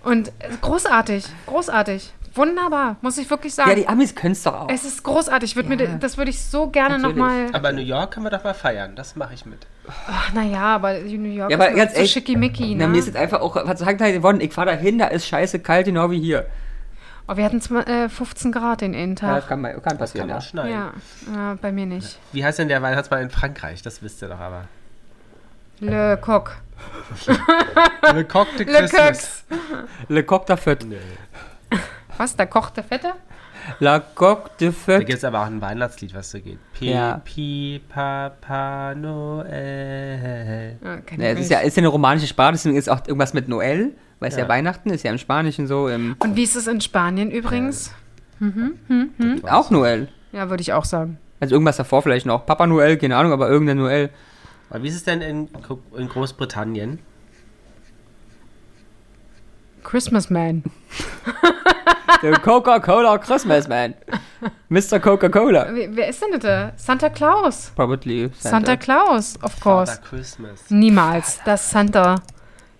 Und äh, großartig, großartig. Wunderbar, muss ich wirklich sagen.
Ja, die Amis können es doch auch.
es ist großartig. Ich Würd mir, das würde ich so gerne
Natürlich.
nochmal.
Aber New York können wir doch mal feiern. Das mache ich mit.
Naja, aber New York
Ja, aber
ist
ganz
so
ehrlich,
schickimicki.
Na,
Ne?
mir ist jetzt einfach auch, was sagt er geworden? Ich fahr da hin, da ist scheiße kalt, genau wie hier.
oh, wir hatten zwa- äh, 15 Grad den einen
Ja,
Tag.
das kann, mal- kann
Kann
passieren,
auch
ja.
Ja,
schneiden.
äh, bei mir nicht.
Wie heißt denn der Weihnachtsmann in Frankreich? Das wisst ihr doch aber.
Le Coq.
Le Coq de
Le
Christmas.
Le Coq de Fête.
Was, da kocht der Fette?
La Coq de
Da
Fête.
gibt es aber auch ein Weihnachtslied, was so geht. Pi,
Ja.
pi, Papa Noel.
Ah, kenn
Ne,
ich
es ist
nicht.
ja, ist ja eine romanische Sprache, deswegen ist auch irgendwas mit Noel, weil es ja. Weihnachten ist, ja im Spanischen so. ähm, Im,
Und wie ist es in Spanien übrigens?
auch Noel.
Ja, würde ich auch sagen.
Also irgendwas davor vielleicht noch. Papa Noel, keine Ahnung, aber irgendein Noel.
Aber wie ist es denn in, in Großbritannien?
Christmas Man.
The Coca-Cola Christmas Man. Mr. Coca-Cola.
Wer, wer ist denn das da? Santa Claus.
Probably.
Santa Claus, of course.
Father Christmas.
Niemals. Das Santa.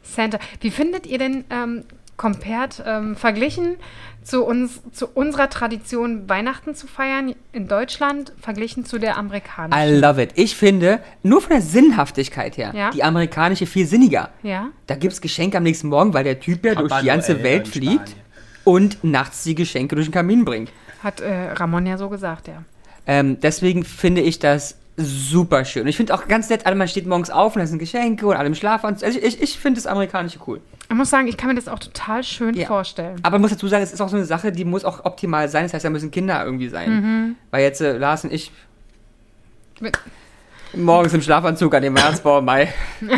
Santa. Wie findet ihr denn ähm, compared, ähm, verglichen zu uns, zu unserer Tradition, Weihnachten zu feiern in Deutschland, verglichen zu der amerikanischen?
I love it. Ich finde, nur von der Sinnhaftigkeit her,
Ja.
die amerikanische viel sinniger.
ja?
Da gibt es Geschenke am nächsten Morgen, weil der Typ ja
Papa
durch die ganze
Noel
Welt
in
fliegt
Spanien.
und nachts die Geschenke durch den Kamin bringt.
Hat äh, Ramon ja so gesagt, ja.
Ähm, deswegen finde ich das super schön. Und ich finde auch ganz nett, alle man steht morgens auf und da sind Geschenke und alle im Schlafanzug. Also ich, ich, ich finde das Amerikanische cool.
Ich muss sagen, ich kann mir das auch total schön
Ja. Ah,
vorstellen.
Aber ich muss dazu sagen, es ist auch so eine Sache, die muss auch optimal sein. Das heißt, da müssen Kinder irgendwie sein.
Mhm.
Weil jetzt äh, Lars und ich
Mit-
morgens im Schlafanzug an dem Weihnachtsbaum Mai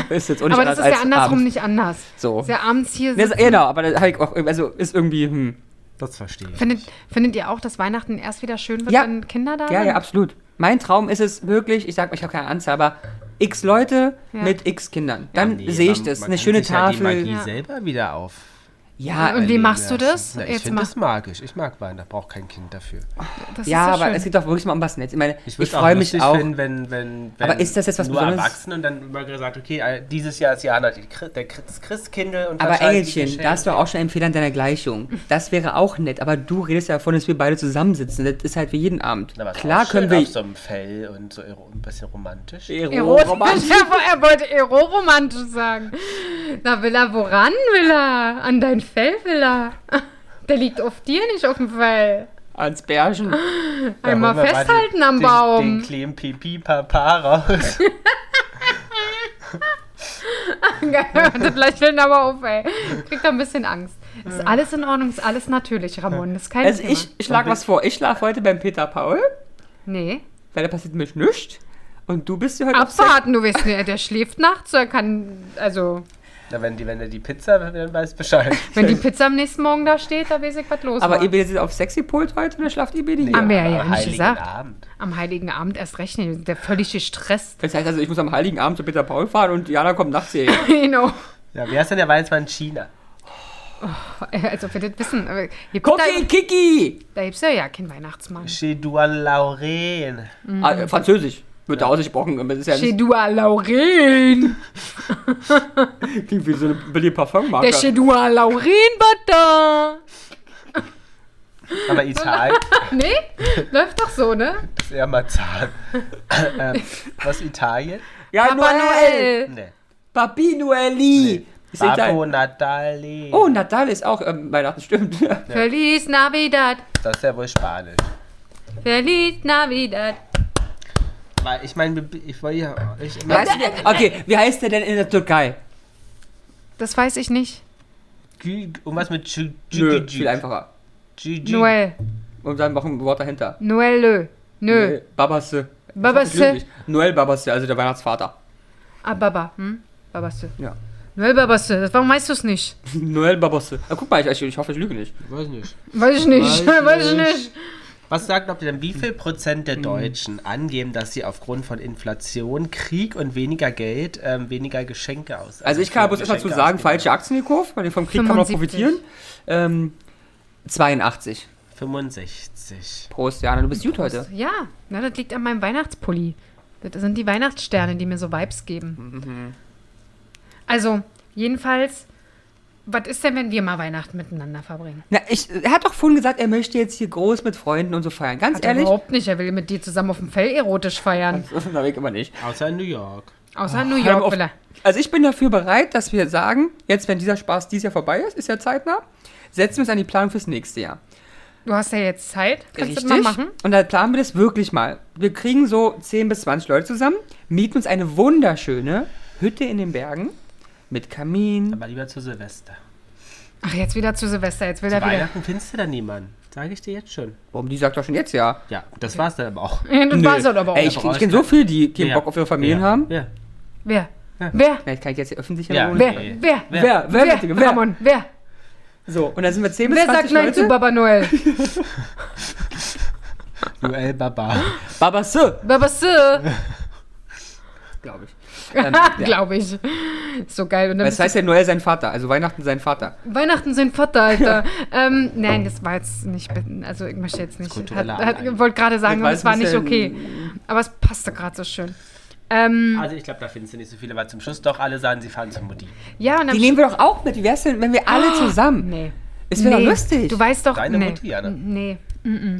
ist jetzt auch nicht
Aber das
anders
ist ja
als
andersrum
abends.
nicht anders.
Ne, So.
Ist ja abends hier
Nee,
sitzen.
ist- genau, aber da hab ich auch, irgendwie- also ist irgendwie, hm,
Das verstehe ich.
Findet, findet ihr auch, dass Weihnachten erst wieder schön wird,
Ja.
wenn Kinder da
Ja,
sind?
ja, absolut. Mein Traum ist es wirklich, ich sag mal, ich habe keine Anzahl, aber x Leute
Ja.
mit x Kindern. Dann
Nee,
sehe ich
man-
das.
man
Eine
kann
schöne
sich halt
Tafel.
die Magie
Ja.
selber wieder auf.
ja,
Und wie machst du das?
Na, ich
Jetzt
finde
mach,
das magisch. Ich mag Weihnachten, da braucht kein Kind dafür.
das
ja,
ist so
aber
schön.
es geht doch wirklich mal um was Netz. Ich meine, ich,
würd's
freue mich
lustig
auch.
Finden, wenn, wenn, wenn
Aber ist das jetzt was
nur
Besonderes?
Erwachsene und dann immer gesagt, okay, äh, dieses Jahr ist Jana die Christ, der Christ- Christkindl und
aber
verteilt die
Engelchen,
Geschenke.
da hast du auch schon einen Fehler in deiner Gleichung. Das wäre auch nett, aber du redest ja davon, dass wir beide zusammensitzen. Das ist halt wie jeden Abend.
Na, aber ist
Klar
auch schön
können wir.
auf so einem Fell und so ero- ein bisschen romantisch.
Erotisch. Er wollte eroromantisch sagen. Na, Villa, woran, Villa? An dein Fell, Villa. Der liegt auf dir, nicht auf dem Fell.
Ans
Ah,
Bärchen.
Da
Einmal
holen wir mal
festhalten am
den,
Baum.
Den, den kleinen Pipi Papa raus.
das lächeln aber auf, ey. Kriegt da ein bisschen Angst. Ist alles in Ordnung, ist alles natürlich, Ramon. Das ist kein
Also
Thema.
ich schlag was vor. Ich schlafe heute beim Peter Paul,
Nee.
weil da passiert mich nichts. Und du bist ja heute auf Sex.
Abwarten, du weißt nicht, der schläft nachts, er kann, also,
Na, wenn, die, wenn er die Pizza, dann weiß Bescheid.
wenn die Pizza am nächsten Morgen da steht, da weiß ich, was los
Aber
war.
ihr werdet jetzt auf Sexy-Pult heute oder schlaft ihr weniger?
Haben wir ja
am
nicht
Heiligen
gesagt.
Abend.
Am Heiligen Abend erst recht nicht, der völlig gestresst.
Das heißt also, ich muss am Heiligen Abend zu Peter Paul fahren und Jana kommt nachts hier.
genau.
Ja, wie heißt denn der Weihnachtsmann in China?
Also, für das Wissen, aber ihr guckt da,
Cookie, Kiki!
da gibt's ja, ja keinen Weihnachtsmann.
Chez Duan Lauren.
Mhm.
Ah, äh, Französisch. Wird da ausgesprochen. aber Das ist ja
Chez Dua Lauren.
nicht, klingt wie so eine billige Parfummarke.
Der Chez Dua Lauren Butter.
Aber Italien
Nee? Läuft doch so, ne?
ist eher Marzahn. ähm, was Italien? Ne.
ja,
Papa Noel.
Nee.
Papi Noeli! Ist
Babbo
Italien.
Natale.
Oh, Natal ist auch ähm, Weihnachten, stimmt.
Feliz Navidad.
Das ist ja wohl Spanisch.
Feliz Navidad.
Weil ich meine, ich wollte ja. Ich immer,
weißt du, okay, wie heißt der denn in der Türkei?
Das weiß ich nicht.
Gü- irgendwas mit Gü- Gü-
Nö,
Gü-
viel einfacher.
Gü- Gü-
Noel.
Und dann noch ein Wort dahinter.
Noel Lö. Nö.
Äh, Babasse.
Babasse.
Noel Babasse, also der Weihnachtsvater.
Ah, Baba. Hm? Babasse.
Ja.
Noel Babasse. Das, warum weißt du es nicht?
Noel Babasse. Ah, guck mal, ich, ich hoffe, ich lüge nicht.
Weiß nicht.
Weiß ich nicht. Weiß,
Weiß
ich
nicht.
nicht.
Was sagt ihr denn, wie viel Prozent
Mhm.
der Deutschen angeben, dass sie aufgrund von Inflation, Krieg und weniger Geld ähm, weniger Geschenke aus? äh,
Also ich kann ja bloß erstmal zu
Geschenke
sagen,
ausgeben?
falsche Aktien gekauft, weil vom Krieg kann man noch
75.
profitieren. Ähm, 82.
65.
Prost, Jana, du bist gut heute.
Ja, na, das liegt an meinem Weihnachtspulli. Das sind die Weihnachtssterne, die mir so Vibes geben. Also, jedenfalls, was ist denn, wenn wir mal Weihnachten miteinander verbringen?
Na, ich, er hat doch vorhin gesagt, er möchte jetzt hier groß mit Freunden und so feiern. Ganz
Hat er
ehrlich?
überhaupt nicht. Er will mit dir zusammen auf dem Fell erotisch feiern.
Na, weg immer nicht.
Außer in New York.
Außer in New
hör mir
York
auf.
will er.
Also ich bin dafür bereit, dass wir sagen, jetzt wenn dieser Spaß dieses Jahr vorbei ist, ist ja zeitnah, setzen wir uns an die Planung fürs nächste Jahr.
Du hast ja jetzt Zeit. Kannst du das mal machen?
Und dann planen wir das wirklich mal. Wir kriegen so 10 bis 20 Leute zusammen, mieten uns eine wunderschöne Hütte in den Bergen mit Kamin.
Aber lieber zu Silvester.
Ach, jetzt wieder zu Silvester. Jetzt will er wieder.
Weihnachten findest du da niemanden. Sage ich dir jetzt schon.
Warum, die sagt doch schon jetzt ja.
Ja, das war's dann aber auch.
Ja, das
Nö.
war's dann aber auch.
Ey, ich, ich kenne so viele, die keinen Bock auf ihre Familien
ja.
haben.
Ja.
Wer?
Ja.
Wer?
Vielleicht kann ich jetzt hier öffentlich
Ja.
ja.
Wer?
Nee.
Wer?
Wer? Wer? Wer?
Wer?
bitte?
Wer? Ramon, wer?
So, und dann sind wir 10 bis
Wer
20
sagt Nein
Leute.
zu Baba Noel?
Noel Baba.
Baba Sir,
Babasse,
glaube ich. Ähm, ja. halt
glaube ich. So geil. Und dann
Das
bist
heißt ja Noel sein Vater, also Weihnachten sein Vater.
du, Weihnachten sind Vater, Alter. ähm, nein, das war jetzt nicht. bitten. Also, ich möchte jetzt nicht. Hat,
kulturelle
hat,
Aneignung.
wollte gerade sagen,
Ich
aber
weiß,
es war
ein
nicht
bisschen-
okay. Aber es passte gerade so schön. Ähm,
Also ich glaube, da findest du nicht so viele, weil zum Schluss doch alle sagen, sie fahren zur Mutti.
ja, und dann.
Die nehmen wir doch auch mit. Wie wär's denn, wenn wir alle zusammen?
nee.
Es wäre
Ah. nee.
doch lustig.
Du weißt doch.
Deine
nee.
Mutti, Jana.
Nee. Mm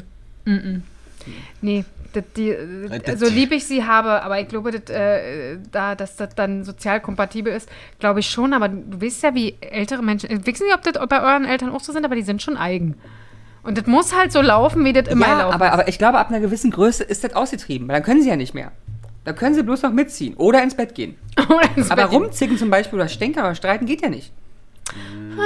Nee. Das, die,
Äh, das-
so lieb ich sie habe, aber ich glaube, das, äh, da, dass das dann sozial kompatibel ist, glaube ich schon. Aber du weißt ja, wie ältere Menschen. Ich weiß nicht, ob das bei euren Eltern auch so sind, aber die sind schon eigen. Und das muss halt so laufen, wie das immer
ja,
laufen.
aber, aber ich glaube, ab einer gewissen Größe ist das ausgetrieben, weil dann können sie ja nicht mehr. Da können sie bloß noch mitziehen oder ins Bett gehen.
Oder ins
Aber
Bett.
rumzicken zum Beispiel oder stänkern oder streiten geht ja nicht.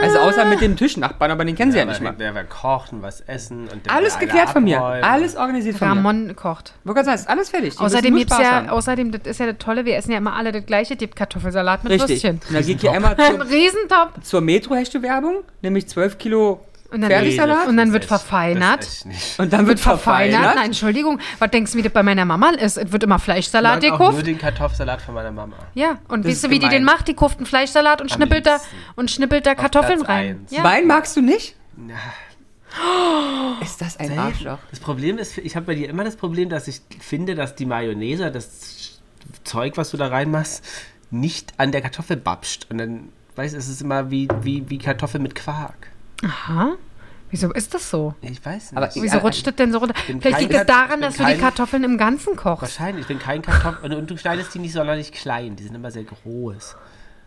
Also außer mit dem Tischnachbarn, aber den kennen sie ja, nicht
Wer,
mal.
wer, wer kocht und was essen und der
Alles
will alle
geklärt von mir.
abräumen.
Alles organisiert von mir.
Ramon kocht.
Wollte gerade sagen, es ist alles fertig. Die
Außerdem
müssen
gibt's
nur Spaß
ja,
haben.
außerdem, das ist ja das Tolle, wir essen ja immer alle das gleiche, es gibt Kartoffelsalat mit
Richtig.
Würstchen.
Und dann geht hier einmal
Ein
zur,
Riesentopf.
zur Metro-Hechte-Werbung, nämlich 12 Kilo
Und dann,
Fertigsalat?
und dann wird
Das ist echt-
verfeinert.
Das ist echt nicht.
Und dann wird
Verfeinert?
verfeinert.
Nein, Entschuldigung. Was denkst du, wie das bei meiner Mama ist? Es wird immer Fleischsalat
Ich mag auch nur
gekauft.
den Kartoffelsalat von meiner Mama.
Ja, und
Das
weißt du,
ist
wie die
gemein.
den macht? Die kauft einen Fleischsalat und schnippelt da,
liebsten.
und schnippelt da Kartoffeln
Platz
rein.
eins.
Ja.
Wein magst du nicht?
Na,
Ist das ein
nee.
Arschloch?
Das Problem ist, ich habe bei dir immer das Problem, dass ich finde, dass die Mayonnaise, das Zeug, was du da reinmachst, nicht an der Kartoffel babscht. Und dann, weißt du, es ist immer wie, wie, wie Kartoffel mit Quark.
Aha. Wieso ist das so?
Ich weiß nicht.
Aber ich-
Wieso
Ja,
rutscht das denn so runter?
bin
Vielleicht
kein
liegt es
Kat- ich
daran,
bin
dass du die
kein-
Kartoffeln im Ganzen kochst.
Wahrscheinlich, ich bin kein Kartoffel. Und, und du schneidest die nicht sonderlich klein. Die sind immer sehr groß.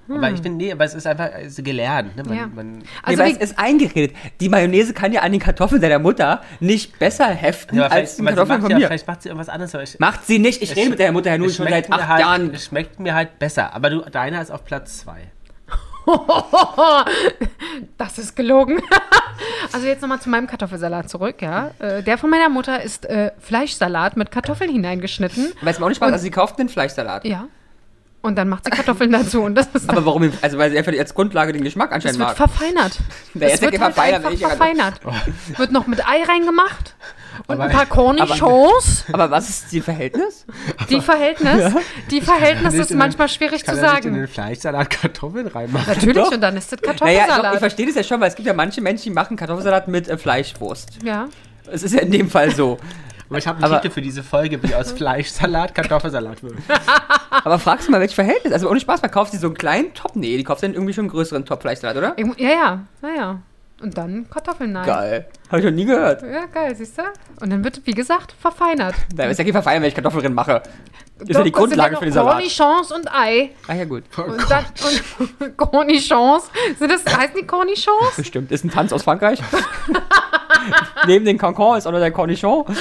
Aber
Hm.
ich bin, nee, aber es ist einfach also gelernt. Ne? Man,
Ja.
man,
Also,
nee,
wie,
weil es ist eingeredet. Die Mayonnaise kann ja an den Kartoffeln deiner Mutter nicht besser heften
Ja, aber
als die
vielleicht- aber sie
Kartoffeln
macht
von
ja,
mir.
Vielleicht macht sie irgendwas anderes. Aber ich,
Macht sie nicht. Ich
es
rede mit deiner Mutter ja
sch-
nur
es
schon
schmeckt
seit
mir
acht
halt,
Jahren.
Es schmeckt mir halt besser. Aber du, deiner ist auf Platz 2.
das ist gelogen. also jetzt nochmal zu meinem Kartoffelsalat zurück, ja. Äh, Der von meiner Mutter ist äh, Fleischsalat mit Kartoffeln hineingeschnitten.
Weil es mir auch nicht macht, also sie kauft den Fleischsalat.
Ja. Und dann macht sie Kartoffeln dazu und das ist
Aber warum? Also weil sie einfach als Grundlage den Geschmack
Es
anscheinend
wird
mag.
verfeinert.
Ja, Oh.
es
jetzt
wird
wird
halt
verfeinert,
einfach
wenn ich gerade-
verfeinert. Wird noch mit Ei reingemacht und
Aber-
ein paar Cornichons.
Aber was ist die Verhältnis?
Die Verhältnis, die Verhältnis
Nicht
ist
in den-
manchmal schwierig
Kann
zu
er nicht in den
sagen.
Fleischsalat Kartoffeln reinmachen?
Natürlich,
Doch.
und dann ist das
Naja, ich,
Kartoffelsalat.
glaub, ich verstehe das ja schon, weil es gibt ja manche Menschen, die machen Kartoffelsalat mit äh, Fleischwurst.
ja.
Es ist ja in dem Fall so.
Aber ich habe einen
Aber-
Titel für diese Folge, wie aus Fleischsalat Kartoffelsalat wird.
Ah.
Aber fragst du mal, welches Verhältnis? Also ohne Spaß, man kauft sie so einen kleinen Top? Nee, die kauft dann irgendwie schon einen größeren Top Fleischsalat, oder?
Irgendwo- ja, ja, naja. Und dann Kartoffeln rein.
Geil. Habe ich noch nie gehört.
Ja, geil, siehst du? Und dann wird, wie gesagt, verfeinert.
Da ist ja kein Verfeiern, wenn ich Kartoffeln drin mache. Ist ja
Doch, und
die Grundlage
sind
für
dann
den
noch
Salat.
Cornichons und Ei.
Ach ja, gut.
Oh
Und dann, und Cornichons. Sind das, heißen die Cornichons?
Bestimmt. Ist ein Tanz aus Frankreich. Neben den Cancan ist auch noch der Cornichon.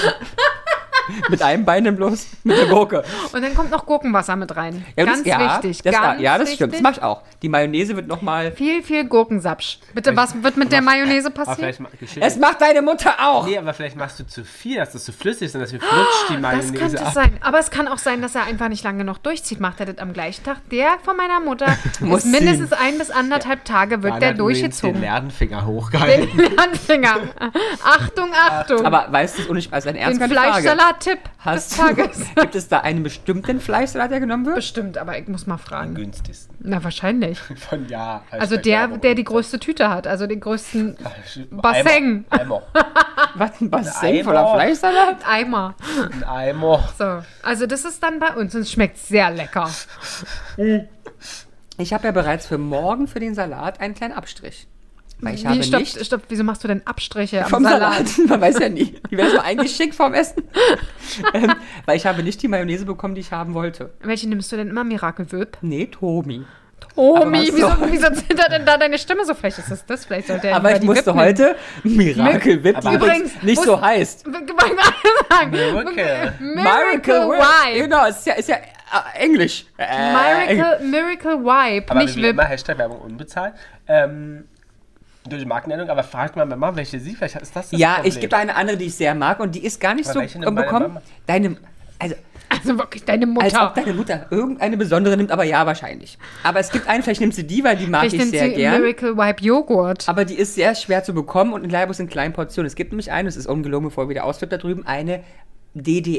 mit einem Bein denn bloß. Mit der Gurke.
Und dann kommt noch Gurkenwasser mit rein.
Ja,
ganz
das, ja,
wichtig.
Das,
ganz
ja, das
wichtig.
stimmt. Das mache ich auch. Die Mayonnaise wird nochmal.
Viel, viel Gurkensapsch. Bitte, was wird mit der
Ah,
Mayonnaise
Aber
passieren?
vielleicht, ma-
Es macht deine Mutter auch.
nee, aber vielleicht machst du zu viel, dass das zu flüssig ist und dass wir flutscht die
Oh, Das
Mayonnaise Ah,
könnte es
ab.
sein. Aber es kann auch sein, dass er einfach nicht lange genug durchzieht. Macht er das am gleichen Tag? Der von meiner Mutter
Muss
ist mindestens ein bis anderthalb Tage wird
Dann
der
hat übrigens den
durchgezogen.
Lerdenfinger
Den
hochgehalten.
Handfinger. Achtung, Achtung.
Aber weißt du, es ohne Spaß, also ein
den
ernster Frage.
Fleischsalat-Tipp des
Hast
Tages.
du, gibt es da einen bestimmten Fleischsalat, der genommen wird?
Bestimmt, aber ich muss mal
Am
fragen.
günstigsten.
Na, wahrscheinlich.
Von ja. halt
Also der, der die größte Tüte hat, also den größten Bassin.
Eimer.
Was, ein Bassin
Eimer.
oh.
voller Fleischsalat?
Eimer.
Ein Eimer.
So, also das ist dann bei uns und es schmeckt sehr lecker.
Ich habe ja bereits für morgen für den Salat einen kleinen Abstrich. Weil ich habe
Wie, stopp,
nicht
stopp, wieso machst du denn Abstriche am
vom
Salat?
Salat. Man weiß ja nie. Die werden mal eingeschickt vorm Essen. ähm, weil ich habe nicht die Mayonnaise bekommen, die ich haben wollte.
Welche nimmst du denn immer? Mirakelwürp?
Nee, Tomi.
Omi,
was
wieso,
soll-
wieso zittert denn da deine Stimme so? Vielleicht ist das das, vielleicht sollte er
Aber
lieber
ich
die
musste
Whip
heute Miracle Whip, die
Aber-
übrigens
Übrigens,
nicht so
muss-
heißt.
nehmen. Ich wollte gerade sagen.
Miracle.
Miracle
Whip.
Wipe.
Genau, ist ja, ist ja äh, Englisch. Äh, Englisch.
Miracle, Miracle Wipe,
Aber
nicht
wie immer,
Whip.
Hashtag Werbung unbezahlt. Ähm, durch Markennennung, aber fragt mal Mama, welche sie, vielleicht ist das das
Ja,
Problem.
ich gebe eine andere, die ich sehr mag und die ist gar nicht
Aber
so ähm,
welche nimmt meine
bekommen.
Mama?
Deine, also
Also wirklich deine
Als
Mutter.
ob deine Mutter irgendeine besondere nimmt, aber ja, wahrscheinlich. Aber es gibt eine, vielleicht nimmt sie die, weil die mag
Vielleicht
ich
nimmt
sehr
sie
gern.
Miracle Wipe Joghurt.
Aber die ist sehr schwer zu bekommen und in Leibus in kleinen Portionen. Es gibt nämlich eine, es ist ungelogen, bevor wieder ausflippt da drüben, eine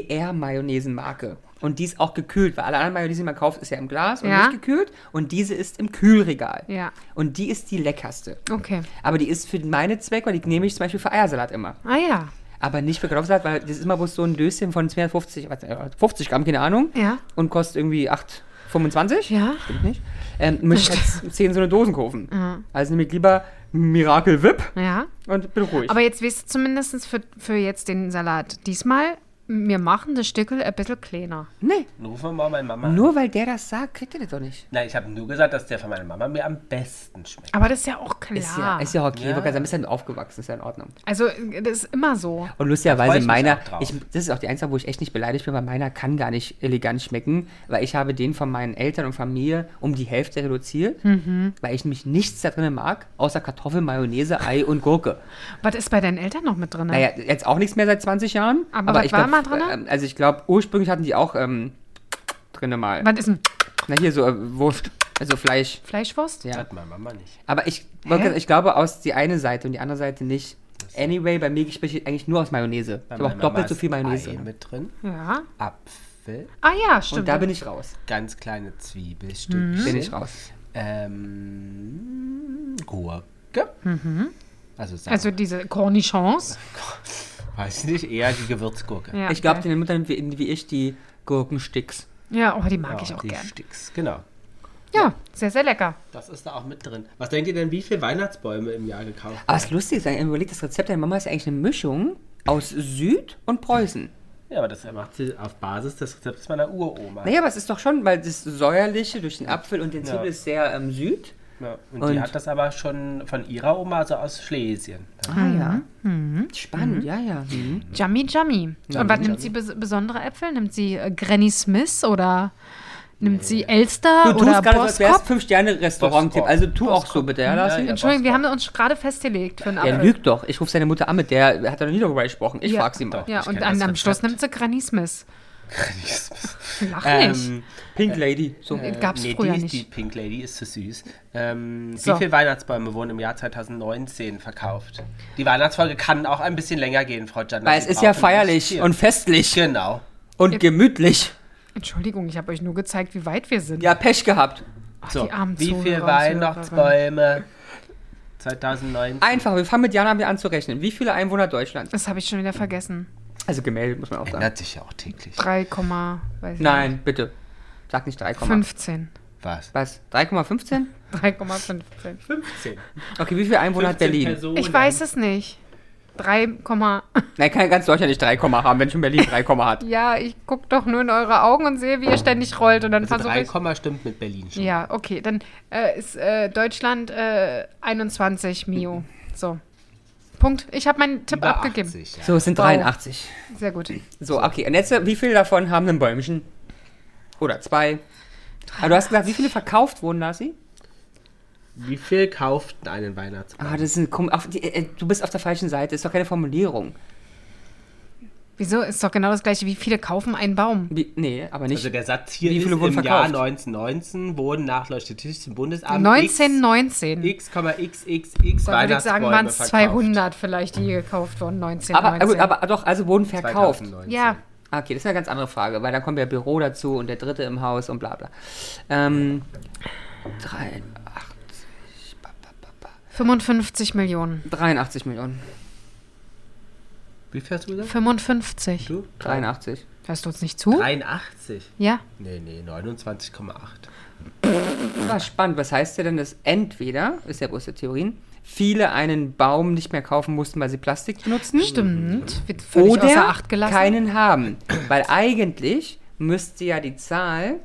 DDR-Mayonnaise-Marke. Und die ist auch gekühlt, weil alle anderen Mayonnaise, die man kauft, ist ja im Glas und
Ja.
nicht gekühlt. Und diese ist im Kühlregal.
Ja.
Und die ist die leckerste.
Okay.
Aber die ist für meine Zwecke, weil die nehme ich zum Beispiel für Eiersalat immer.
Ah ja.
Aber nicht für Kartoffelsalat, weil das ist immer bloß so ein Döschen von 250, was, äh, 50 Gramm, keine Ahnung.
Ja.
Und kostet irgendwie 8,25.
Ja.
Stimmt nicht. Ähm, muss ich jetzt 10 so eine Dosen kaufen. Also nehme ich lieber Miracle Whip
Ja.
und bin ruhig.
Aber jetzt weißt du zumindest für, für jetzt den Salat diesmal, wir machen das Stückel ein bisschen kleiner.
nee,
Dann Rufen wir mal meine Mama. an.
nur weil der das sagt, kriegt ihr das doch nicht.
Nein, ich habe nur gesagt, dass der von meiner Mama mir am besten schmeckt.
Aber das ist ja auch klar.
Ist ja, ist ja okay,
Ja.
ja. dann bist du dann aufgewachsen, ist ja in Ordnung.
Also, das ist immer so.
Und
Da freu
lustigerweise
ich mich
meiner,
auch drauf.
ich, das ist auch die einzige, wo ich echt nicht beleidigt bin, weil meiner kann gar nicht elegant schmecken, weil ich habe den von meinen Eltern und Familie um die Hälfte reduziert,
Mhm.
weil ich nämlich nichts da drin mag, außer Kartoffel, Mayonnaise, Ei und Gurke.
Was ist bei deinen Eltern noch mit drin?
Naja, jetzt auch nichts mehr seit 20 Jahren.
Aber was
ich
war
glaub,
mal drin?
ähm, Also ich glaube, ursprünglich hatten die auch ähm, drinne mal.
Was ist denn?
Na hier, so äh, Wurst. Also Fleisch.
Fleischwurst?
Ja.
Hat meine Mama nicht.
Aber Ah. ich, wollte
Hä?
sagen, ich glaube aus die eine Seite und die andere Seite nicht. Anyway, bei mir spreche ich eigentlich nur aus Mayonnaise. Ich
Bei
habe auch
meiner Mama
doppelt so
ist
viel
Ei
Mayonnaise.
mit drin,
Ja.
Apfel,
Ah ja, stimmt.
Und da bin ich raus.
ganz
Mhm.
kleine Zwiebelstückchen.
Bin ich raus.
Ähm, Gurke. Also,
Mhm.
sagen,
also diese Cornichons.
weiß nicht, eher die Gewürzgurke.
Ja,
Ich glaube,
geil.
den Müttern wie, wie ich die Gurkensticks.
Ja, oh, die mag
Ja,
ich auch
die
gern.
Sticks, genau.
Ja, sehr, sehr lecker.
Das ist da auch mit drin. Was denkt ihr denn, wie viele Weihnachtsbäume im Jahr gekauft
Aber das Lustige Ah, ist, wenn man überlegt, das Rezept deiner Mama ist eigentlich eine Mischung aus Süd und Preußen.
Ja, aber das macht sie auf Basis des Rezeptes meiner Uroma.
Naja, aber es ist doch schon, weil das Säuerliche durch den Apfel und den
Ja.
Zwiebel ist sehr ähm, süd.
Ja, und,
Und-
die hat das aber schon von ihrer Oma, also aus Schlesien.
Ah ja. Spannend, ja, ja. Mhm.
Jummy Jummy. Und was nimmt sie bes besondere Äpfel? Nimmt sie äh, Granny Smith oder nimmt sie Elster
Du
oder
tust gerade, so, als wäre es
Boskop?
5-Sterne-Restaurant-Tipp.
Boskop.
Also tu auch so bitte, ja, Lars?
Ja, ja.
Entschuldigung, wir haben uns gerade festgelegt für einen
Der
Apfel.
lügt doch. Ich rufe seine Mutter an mit der, hat er noch nie darüber gesprochen. Ich
Ja.
frag sie mal.
Doch.
Ja,
Ich
und
kenn
an,
das
am Schluss
Rezept.
nimmt sie Granny Smith. Lach nicht.
Ähm,
Pink Lady. Äh, So.
Gab's
Äh, nee,
früher
die,
nicht.
die Pink Lady ist zu süß. Ähm,
So.
Wie viele Weihnachtsbäume wurden im Jahr 2019 verkauft? Die Weihnachtsfolge kann auch ein bisschen länger gehen, Frau Gianna.
Weil es
Sie
ist ja
brauchen nicht
feierlich
viel.
und festlich
Genau.
und gemütlich.
Entschuldigung, ich habe euch nur gezeigt, wie weit wir sind.
Ja, Pech gehabt.
So,
die armen
wie
Zuhörer
viele
und
Weihnachtsbäume 2019?
Einfach, wir fangen mit Jana wieder an zu rechnen. Wie viele Einwohner Deutschlands?
Das habe ich schon wieder vergessen.
Also gemeldet, muss man auch sagen.
Ändert sich ja auch täglich.
3, weiß ich
Nein, bitte. Sag nicht 3,5.
15.
Was?
Was? 3,15?
3,15.
15.
Okay, wie viele Einwohner hat Berlin?
Ich weiß es nicht. 3,
Nein, kann ganz Deutschland nicht 3, haben, wenn schon Berlin 3, hat.
ja, ich gucke doch nur in eure Augen und sehe, wie ihr ständig rollt. Und dann
Also
versuche
3,
ich.
stimmt mit Berlin schon.
Ja, okay. Dann äh, ist äh, Deutschland äh, 21 Mio. So. Punkt. Ich habe meinen Tipp
Über
abgegeben.
80, ja.
So, es sind
Wow.
83.
Sehr gut.
So, okay. Und jetzt, wie viele davon haben ein Bäumchen? Oder zwei? Aber du hast gesagt, wie viele verkauft wurden, Lasi?
Wie viel kauften einen Weihnachtsbaum?
Ah, das ist ein, komm- auf die, äh, du bist auf der falschen Seite. Ist doch keine Formulierung.
Wieso? Ist doch genau das gleiche. Wie viele kaufen einen Baum?
Wie, nee, aber nicht.
Also der Satz hier
Wie
ist
viele wurden
im Jahr
verkauft?
1919 wurden nach Leuchtetischem Bundesamt
1919.
x, xxx
Da würde ich sagen, waren es
Weihnachtsbäume
200 vielleicht, die gekauft wurden. 19,
aber, aber, gut,
19.
aber doch, also wurden verkauft.
2019.
ja,
Ah, Okay, das ist eine ganz andere Frage, weil dann kommt ja Büro dazu und der dritte im Haus und bla bla. Ähm, 83, ba, ba, ba, ba.
55 Millionen.
83 Millionen.
Wie viel hast du gesagt? Hm?
55.
Du?
83.
Hörst du uns nicht zu?
83.
Ja.
Nee, nee, 29,8.
Das war Ah, spannend. Was heißt ja denn, dass entweder, ist ja bloß der Theorien, viele einen Baum nicht mehr kaufen mussten, weil sie Plastik benutzen?
Stimmt. Wird völlig außer
Oder
Acht gelassen.
keinen haben. Weil eigentlich müsste ja die Zahl,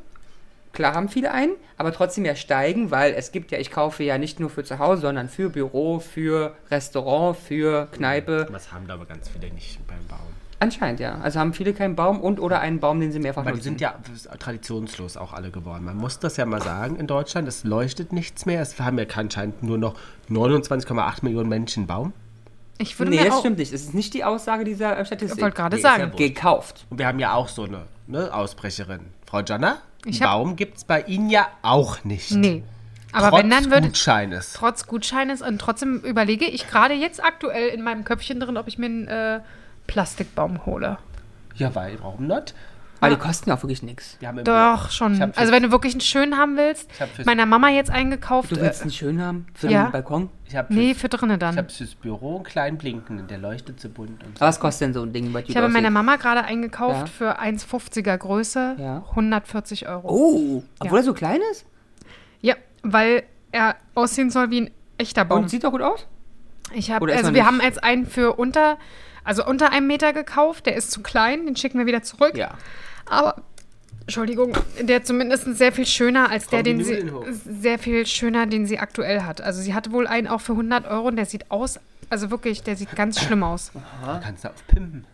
klar haben viele einen, aber trotzdem ja steigen, weil es gibt ja, ich kaufe ja nicht nur für zu Hause, sondern für Büro, für Restaurant, für Kneipe.
Was haben da aber ganz viele nicht beim Baum?
Anscheinend ja. Also haben viele keinen Baum und oder einen Baum, den sie mehrfach
Aber die
nutzen.
sind ja traditionslos auch alle geworden. Man muss das ja mal sagen in Deutschland, es leuchtet nichts mehr. Es haben ja anscheinend nur noch 29,8 Millionen Menschen einen Baum.
Ich würde
nee,
mir
das
auch,
stimmt nicht. Das ist nicht die Aussage dieser äh,
Ich
Statistik.
wollte gerade
Nee, ist ja
sagen.
wohl.
Gekauft.
Und wir haben ja auch so eine ne, Ausbrecherin. Frau Janna, einen
Ich hab-
Baum gibt es bei Ihnen ja auch nicht.
Nee. Aber
Trotz
wenn dann würde
Gutscheines.
trotz Gutscheines und trotzdem überlege ich gerade jetzt aktuell in meinem Köpfchen drin, ob ich mir einen äh, Plastikbaum hole.
Ja, weil, warum nicht?
Aber die kosten auch wirklich
Äh.
nichts.
Wir haben im
Doch,
Ich
schon.
hab für-
Also wenn du wirklich einen schönen haben willst,
hab fürs-
meiner Mama jetzt eingekauft.
Du
Äh,
willst einen schön haben für
ja.
den Balkon?
Ich habe
nee,
nee,
für drinnen dann.
hab fürs Büro einen kleinen Blinkenden, der leuchtet so bunt. Und so.
Aber was kostet denn so ein Ding bei dir?
Ich habe meiner Mama gerade eingekauft
Ja.
für 1,50er Größe,
Ja.
140 Euro.
Oh, obwohl
Ja.
er so klein ist?
Ja, weil er aussehen soll wie ein echter Baum.
Und sieht doch gut aus.
Ich habe,
Oder ist
also
man
wir
nicht-
haben jetzt einen für unter, also unter einem Meter gekauft, der ist zu klein, den schicken wir wieder zurück.
Ja.
Aber, Entschuldigung, der zumindest sehr viel schöner als der,
Kommen
den
die
sie,
Nudeln hoch?
sehr viel schöner, den sie aktuell hat. Also sie hatte wohl einen auch für 100 Euro und der sieht aus, also wirklich, der sieht ganz schlimm aus.
Du kannst da auf Pimpen.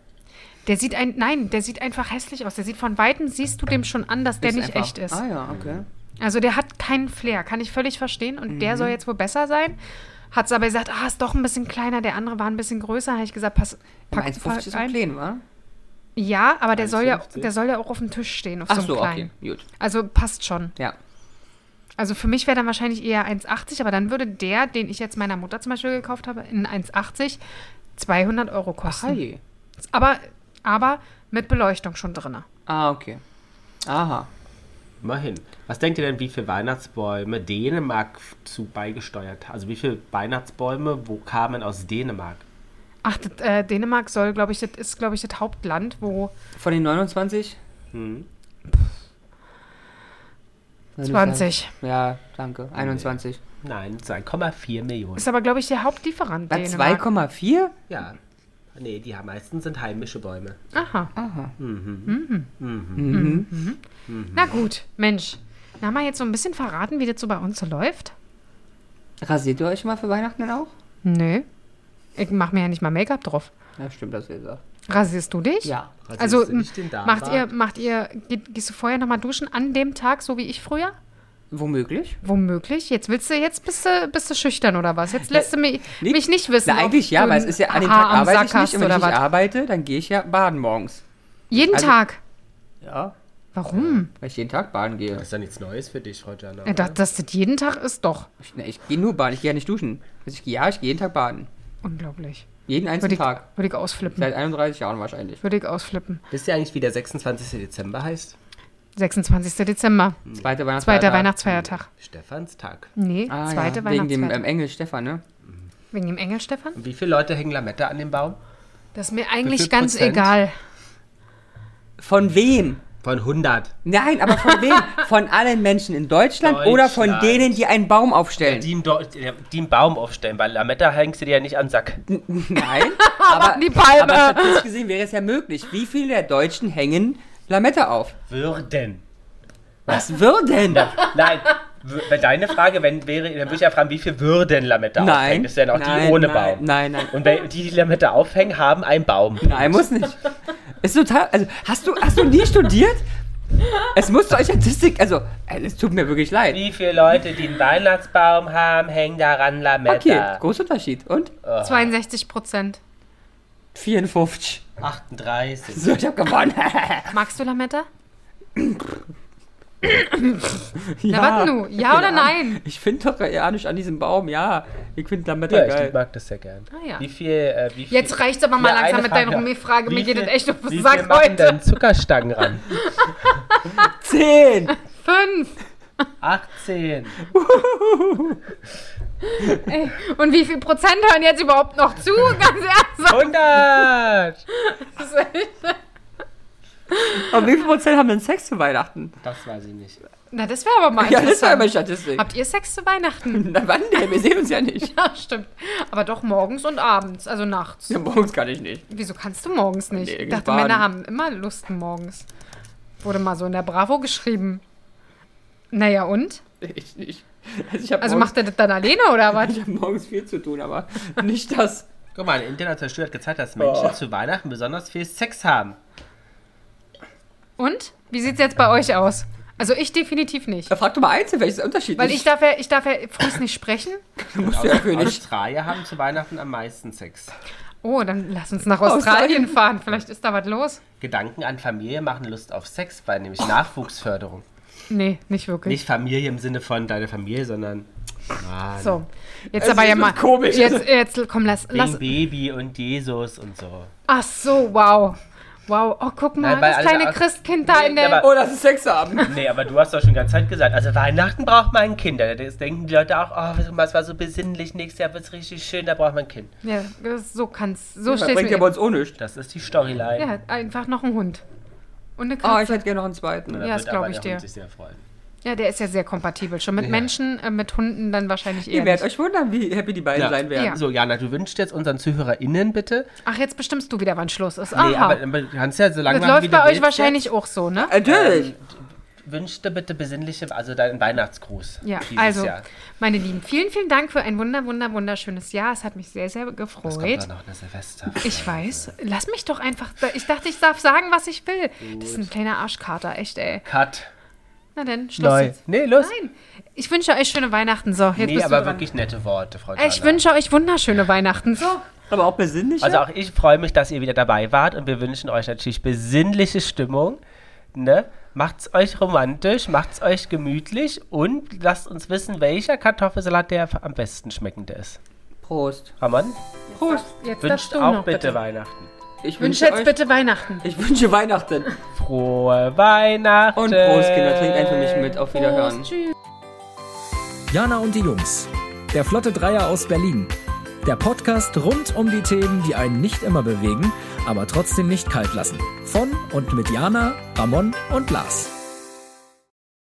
Der sieht ein, nein, der sieht einfach hässlich aus. Der sieht von Weitem, siehst du dem schon an, dass der
Ist
nicht
einfach-
echt ist.
Ah ja, okay.
Also der hat keinen Flair, kann ich völlig verstehen. Und
Mhm.
der soll jetzt wohl besser sein. Hat es aber gesagt, ah, ist doch ein bisschen kleiner, der andere war ein bisschen größer. Habe ich gesagt, pass,
Aber
pack,
1,50 ist
pack
ein
ein.
Plen, wa?
Ja, aber der soll, ja,
1,50?
der soll ja auch auf dem Tisch stehen, auf
Ach
so einem
so,
kleinen.
okay, gut.
Also passt schon.
Ja.
Also für mich wäre dann wahrscheinlich eher 1,80, aber dann würde der, den ich jetzt meiner Mutter zum Beispiel gekauft habe, in 1,80 200 Euro kosten.
Hi.
Aber, aber mit Beleuchtung schon drin.
Ah, okay. Aha.
Immerhin. Was denkt ihr denn, wie viele Weihnachtsbäume Dänemark zu beigesteuert hat? Also wie viele Weihnachtsbäume wo kamen aus Dänemark?
Ach, das, äh, Dänemark soll, glaube ich, das ist, glaube ich, das Hauptland, wo
Von den 29?
Hm.
Würde ich
20.
sagen. Ja, danke. 21.
Nein, 2,4 Millionen.
Ist aber, glaube ich, der Hauptlieferant.
Bei
Dänemark.
2,4?
Ja. Ah, Nee, die am meisten sind heimische Bäume.
Aha. Mhm.
Mhm.
Na gut, Mensch. Na, haben wir jetzt so ein bisschen verraten, wie das so bei uns so läuft?
Rasiert ihr euch mal für Weihnachten denn auch?
Nö. Ich mache mir ja nicht mal Make-up drauf.
Ja, stimmt, das ihr sagt.
Rasierst du dich?
Ja.
Rasierst
Also
du nicht den
m, macht ihr,
Darmbart?
macht ihr, geht, gehst du vorher nochmal duschen an dem Tag, so wie ich früher?
Womöglich?
Womöglich. Jetzt willst du, jetzt bist du, bist du schüchtern oder was? Jetzt lässt du mich,
Nee,
mich nicht wissen.
Na,
ob
eigentlich ja,
du
weil
ein
es ist ja an dem
Haar
Tag
am
arbeite ich
Sack
nicht und wenn
oder
ich nicht
was?
arbeite, dann gehe ich ja baden morgens.
Jeden
also-
Tag.
Ja.
Warum?
Weil ich jeden Tag baden gehe.
Das ist ja nichts Neues für dich, ne? Frau Jana.
Ja. Dass, dass das jeden Tag ist, doch.
Ich, ne, ich gehe nur baden, ich gehe ja nicht duschen. Also ich, ja, ich gehe jeden Tag baden.
Unglaublich.
Jeden
Würde
einzelnen
ich,
Tag.
würde ich ausflippen.
Seit 31 Jahren wahrscheinlich.
Würde ich ausflippen.
Wisst ihr eigentlich, wie der 26. Dezember heißt?
26. Dezember.
Zweiter Weihnachtsfeiertag.
Zweiter Weihnachtsfeiertag.
Stefanstag.
Nee,
Ah,
zweite
ja. Wegen
Weihnachtsfeier.
dem ähm, Engel Stefan, ne?
Wegen dem Engel, Stefan?
Und wie viele Leute hängen Lametta an dem Baum?
Das ist mir
Wie
eigentlich
viel
ganz
Prozent?
egal.
Von wem?
Von 100.
Nein, aber von wem? Von allen Menschen in Deutschland, oder von
Deutschland.
denen, die einen Baum aufstellen?
Die einen, Deu- die einen Baum aufstellen, weil Lametta hängst du dir ja nicht an den Sack.
Nein, aber,
die Palme.
aber statistisch gesehen wäre es ja möglich. Wie viele der Deutschen hängen Lametta auf?
Würden.
Was würden?
Nein, w- wenn deine Frage wenn, wäre, dann würde ich ja fragen, wie viel würden Lametta
Nein.
aufhängen? Das ist ja auch
Nein,
die ohne
nein,
Baum.
nein, nein.
Und wenn die, die Lametta aufhängen, haben einen Baum.
Nein, muss nicht. Ist total. Also, hast du, hast du nie studiert? Es muss doch Statistik. Also, ey, es tut mir wirklich leid.
Wie viele Leute, die einen Weihnachtsbaum haben, hängen daran
Okay,
Lametta?
Großunterschied. Und?
62 Prozent.
54.
38.
So, ich hab gewonnen.
Magst du Lametta?
ja.
Na, warte nu.
Genau.
Ja oder nein?
Ich finde doch ja nicht an diesem Baum, ja. Ich finde Lametta
Ja, ich
geil.
mag das sehr gern.
Ah, ja.
Wie viel, äh, wie viel,
Jetzt reicht's aber mal
Ja,
langsam
eine
mit deinen
Frage.
Rummi-Fragen. Mir
Wie
geht
viel-
das echt auf den
wie
Sack
viel machen
heute.
denn Zuckerstangen ran?
Zehn.
Fünf.
18.
Ey. Und wie viel Prozent hören jetzt überhaupt noch zu? Ganz ernsthaft.
100!
Und wie viel Prozent haben denn Sex zu Weihnachten?
Das weiß ich nicht.
Na, das wäre aber mal
Ja, das war
Ah, interessant.
immer Statistik.
Habt ihr Sex zu Weihnachten?
Na, wann denn? Wir sehen uns ja nicht.
Ja, stimmt. Aber doch morgens und abends, also nachts.
Ja, morgens kann ich nicht.
Wieso kannst du morgens nicht?
Nee,
ich
geht
dachte,
baden.
Männer haben immer Lust morgens. Wurde mal so in der Bravo geschrieben. Naja, und?
Ich nicht. Also, ich habe
Also
morgens,
macht er das dann alleine oder was?
ich hab morgens viel zu tun, aber nicht das.
Guck mal, eine internationale Studie hat gezeigt, dass Menschen zu Weihnachten besonders viel Sex haben.
Und? Wie sieht's jetzt bei euch aus? Also ich definitiv nicht.
Da frag doch mal einzeln, welches der Unterschied
Weil
ist.
ich darf ja, ich darf ja frühs nicht sprechen.
musst du ja für nicht.
Australier haben zu Weihnachten am meisten Sex.
Oh, dann lass uns nach
Australien.
Australien fahren. Vielleicht ist da was los.
Gedanken an Familie machen Lust auf Sex, weil nämlich Nachwuchsförderung.
Hm. Nee, nicht wirklich.
Nicht Familie im Sinne von deine Familie, sondern Mann,
So. Jetzt
Es
aber
ist
ja mal.
was komisch.
Jetzt, jetzt komm, lass.
wegen
lass
Baby und Jesus und so.
ach so, wow. Wow. Oh, guck mal,
Nein, weil
das
alle-
kleine Christkind da
Nee,
in der.
aber-
Oh, das ist Sex haben.
Nee, aber du hast doch schon die ganze Zeit gesagt, also Weihnachten braucht man ein Kind. Das denken die Leute auch, oh, was war so besinnlich, nächstes Jahr wird's richtig schön, da braucht man ein Kind.
Ja, das- so kannst. So
Das
stehst
bringt ja
du.
bei uns auch
Ah,
nichts.
Das ist die Storyline.
Ja, einfach noch ein Hund. Und eine
Oh, ich
Katze.
hätte gerne noch einen zweiten.
Da
ja, das
wird aber
glaub ich
der Hund
dir.
sich sehr freuen.
ja, der ist ja sehr kompatibel. Schon mit Menschen, äh, mit Hunden dann wahrscheinlich eher.
Ihr werdet
nicht.
euch wundern, wie happy die beiden
Ja.
sein werden.
Ja.
So, Jana, du wünschst jetzt unseren ZuhörerInnen bitte.
Ach, jetzt bestimmst du wieder, wann Schluss ist. Aha.
Nee, aber, aber du kannst ja so lange
das
machen, wie
läuft
du
bei euch
willst
wahrscheinlich auch so, ne?
Natürlich.
Ähm, Jetzt. Wünschte bitte besinnliche, also deinen Weihnachtsgruß.
Ja,
dieses
also,
Jahr.
meine Lieben, vielen, vielen Dank für ein wunder, wunder, wunderschönes Jahr. Es hat mich sehr, sehr
Es kommt
gefreut.
doch noch eine Silvester.
Ich weiß. Lass mich doch einfach. Ich dachte, ich darf sagen, was ich will. Das ist ein kleiner Arschkater, echt, ey.
Cut.
Na denn, Schluss
Neu.
jetzt.
Nee, los.
Nein. Ich wünsche euch schöne Weihnachten. So, jetzt
nee,
bist
aber
du dran.
wirklich nette Worte, Also Frau
Ich
Jana.
wünsche euch wunderschöne Weihnachten. So.
Aber auch besinnlich.
Also auch ich freue mich, dass ihr wieder dabei wart und wir wünschen euch natürlich besinnliche Stimmung, ne? Macht's euch romantisch, macht's euch gemütlich und lasst uns wissen, welcher Kartoffelsalat der am besten schmeckende ist.
Prost.
Ramon,
Prost.
Jetzt darfst
wünscht
du
auch
noch
bitte, Weihnachten.
Ich
Wünsche jetzt
euch-
bitte Weihnachten.
Ich wünsche Weihnachten.
Frohe Weihnachten.
Und Prost, Kinder. Trinkt einen für mich mit. Auf Wiederhören.
Prost, tschüss.
Jana und die Jungs. Der Flotte Dreier aus Berlin. Der Podcast rund um die Themen, die einen nicht immer bewegen, aber trotzdem nicht kalt lassen. Von und mit Jana, Ramon und Lars.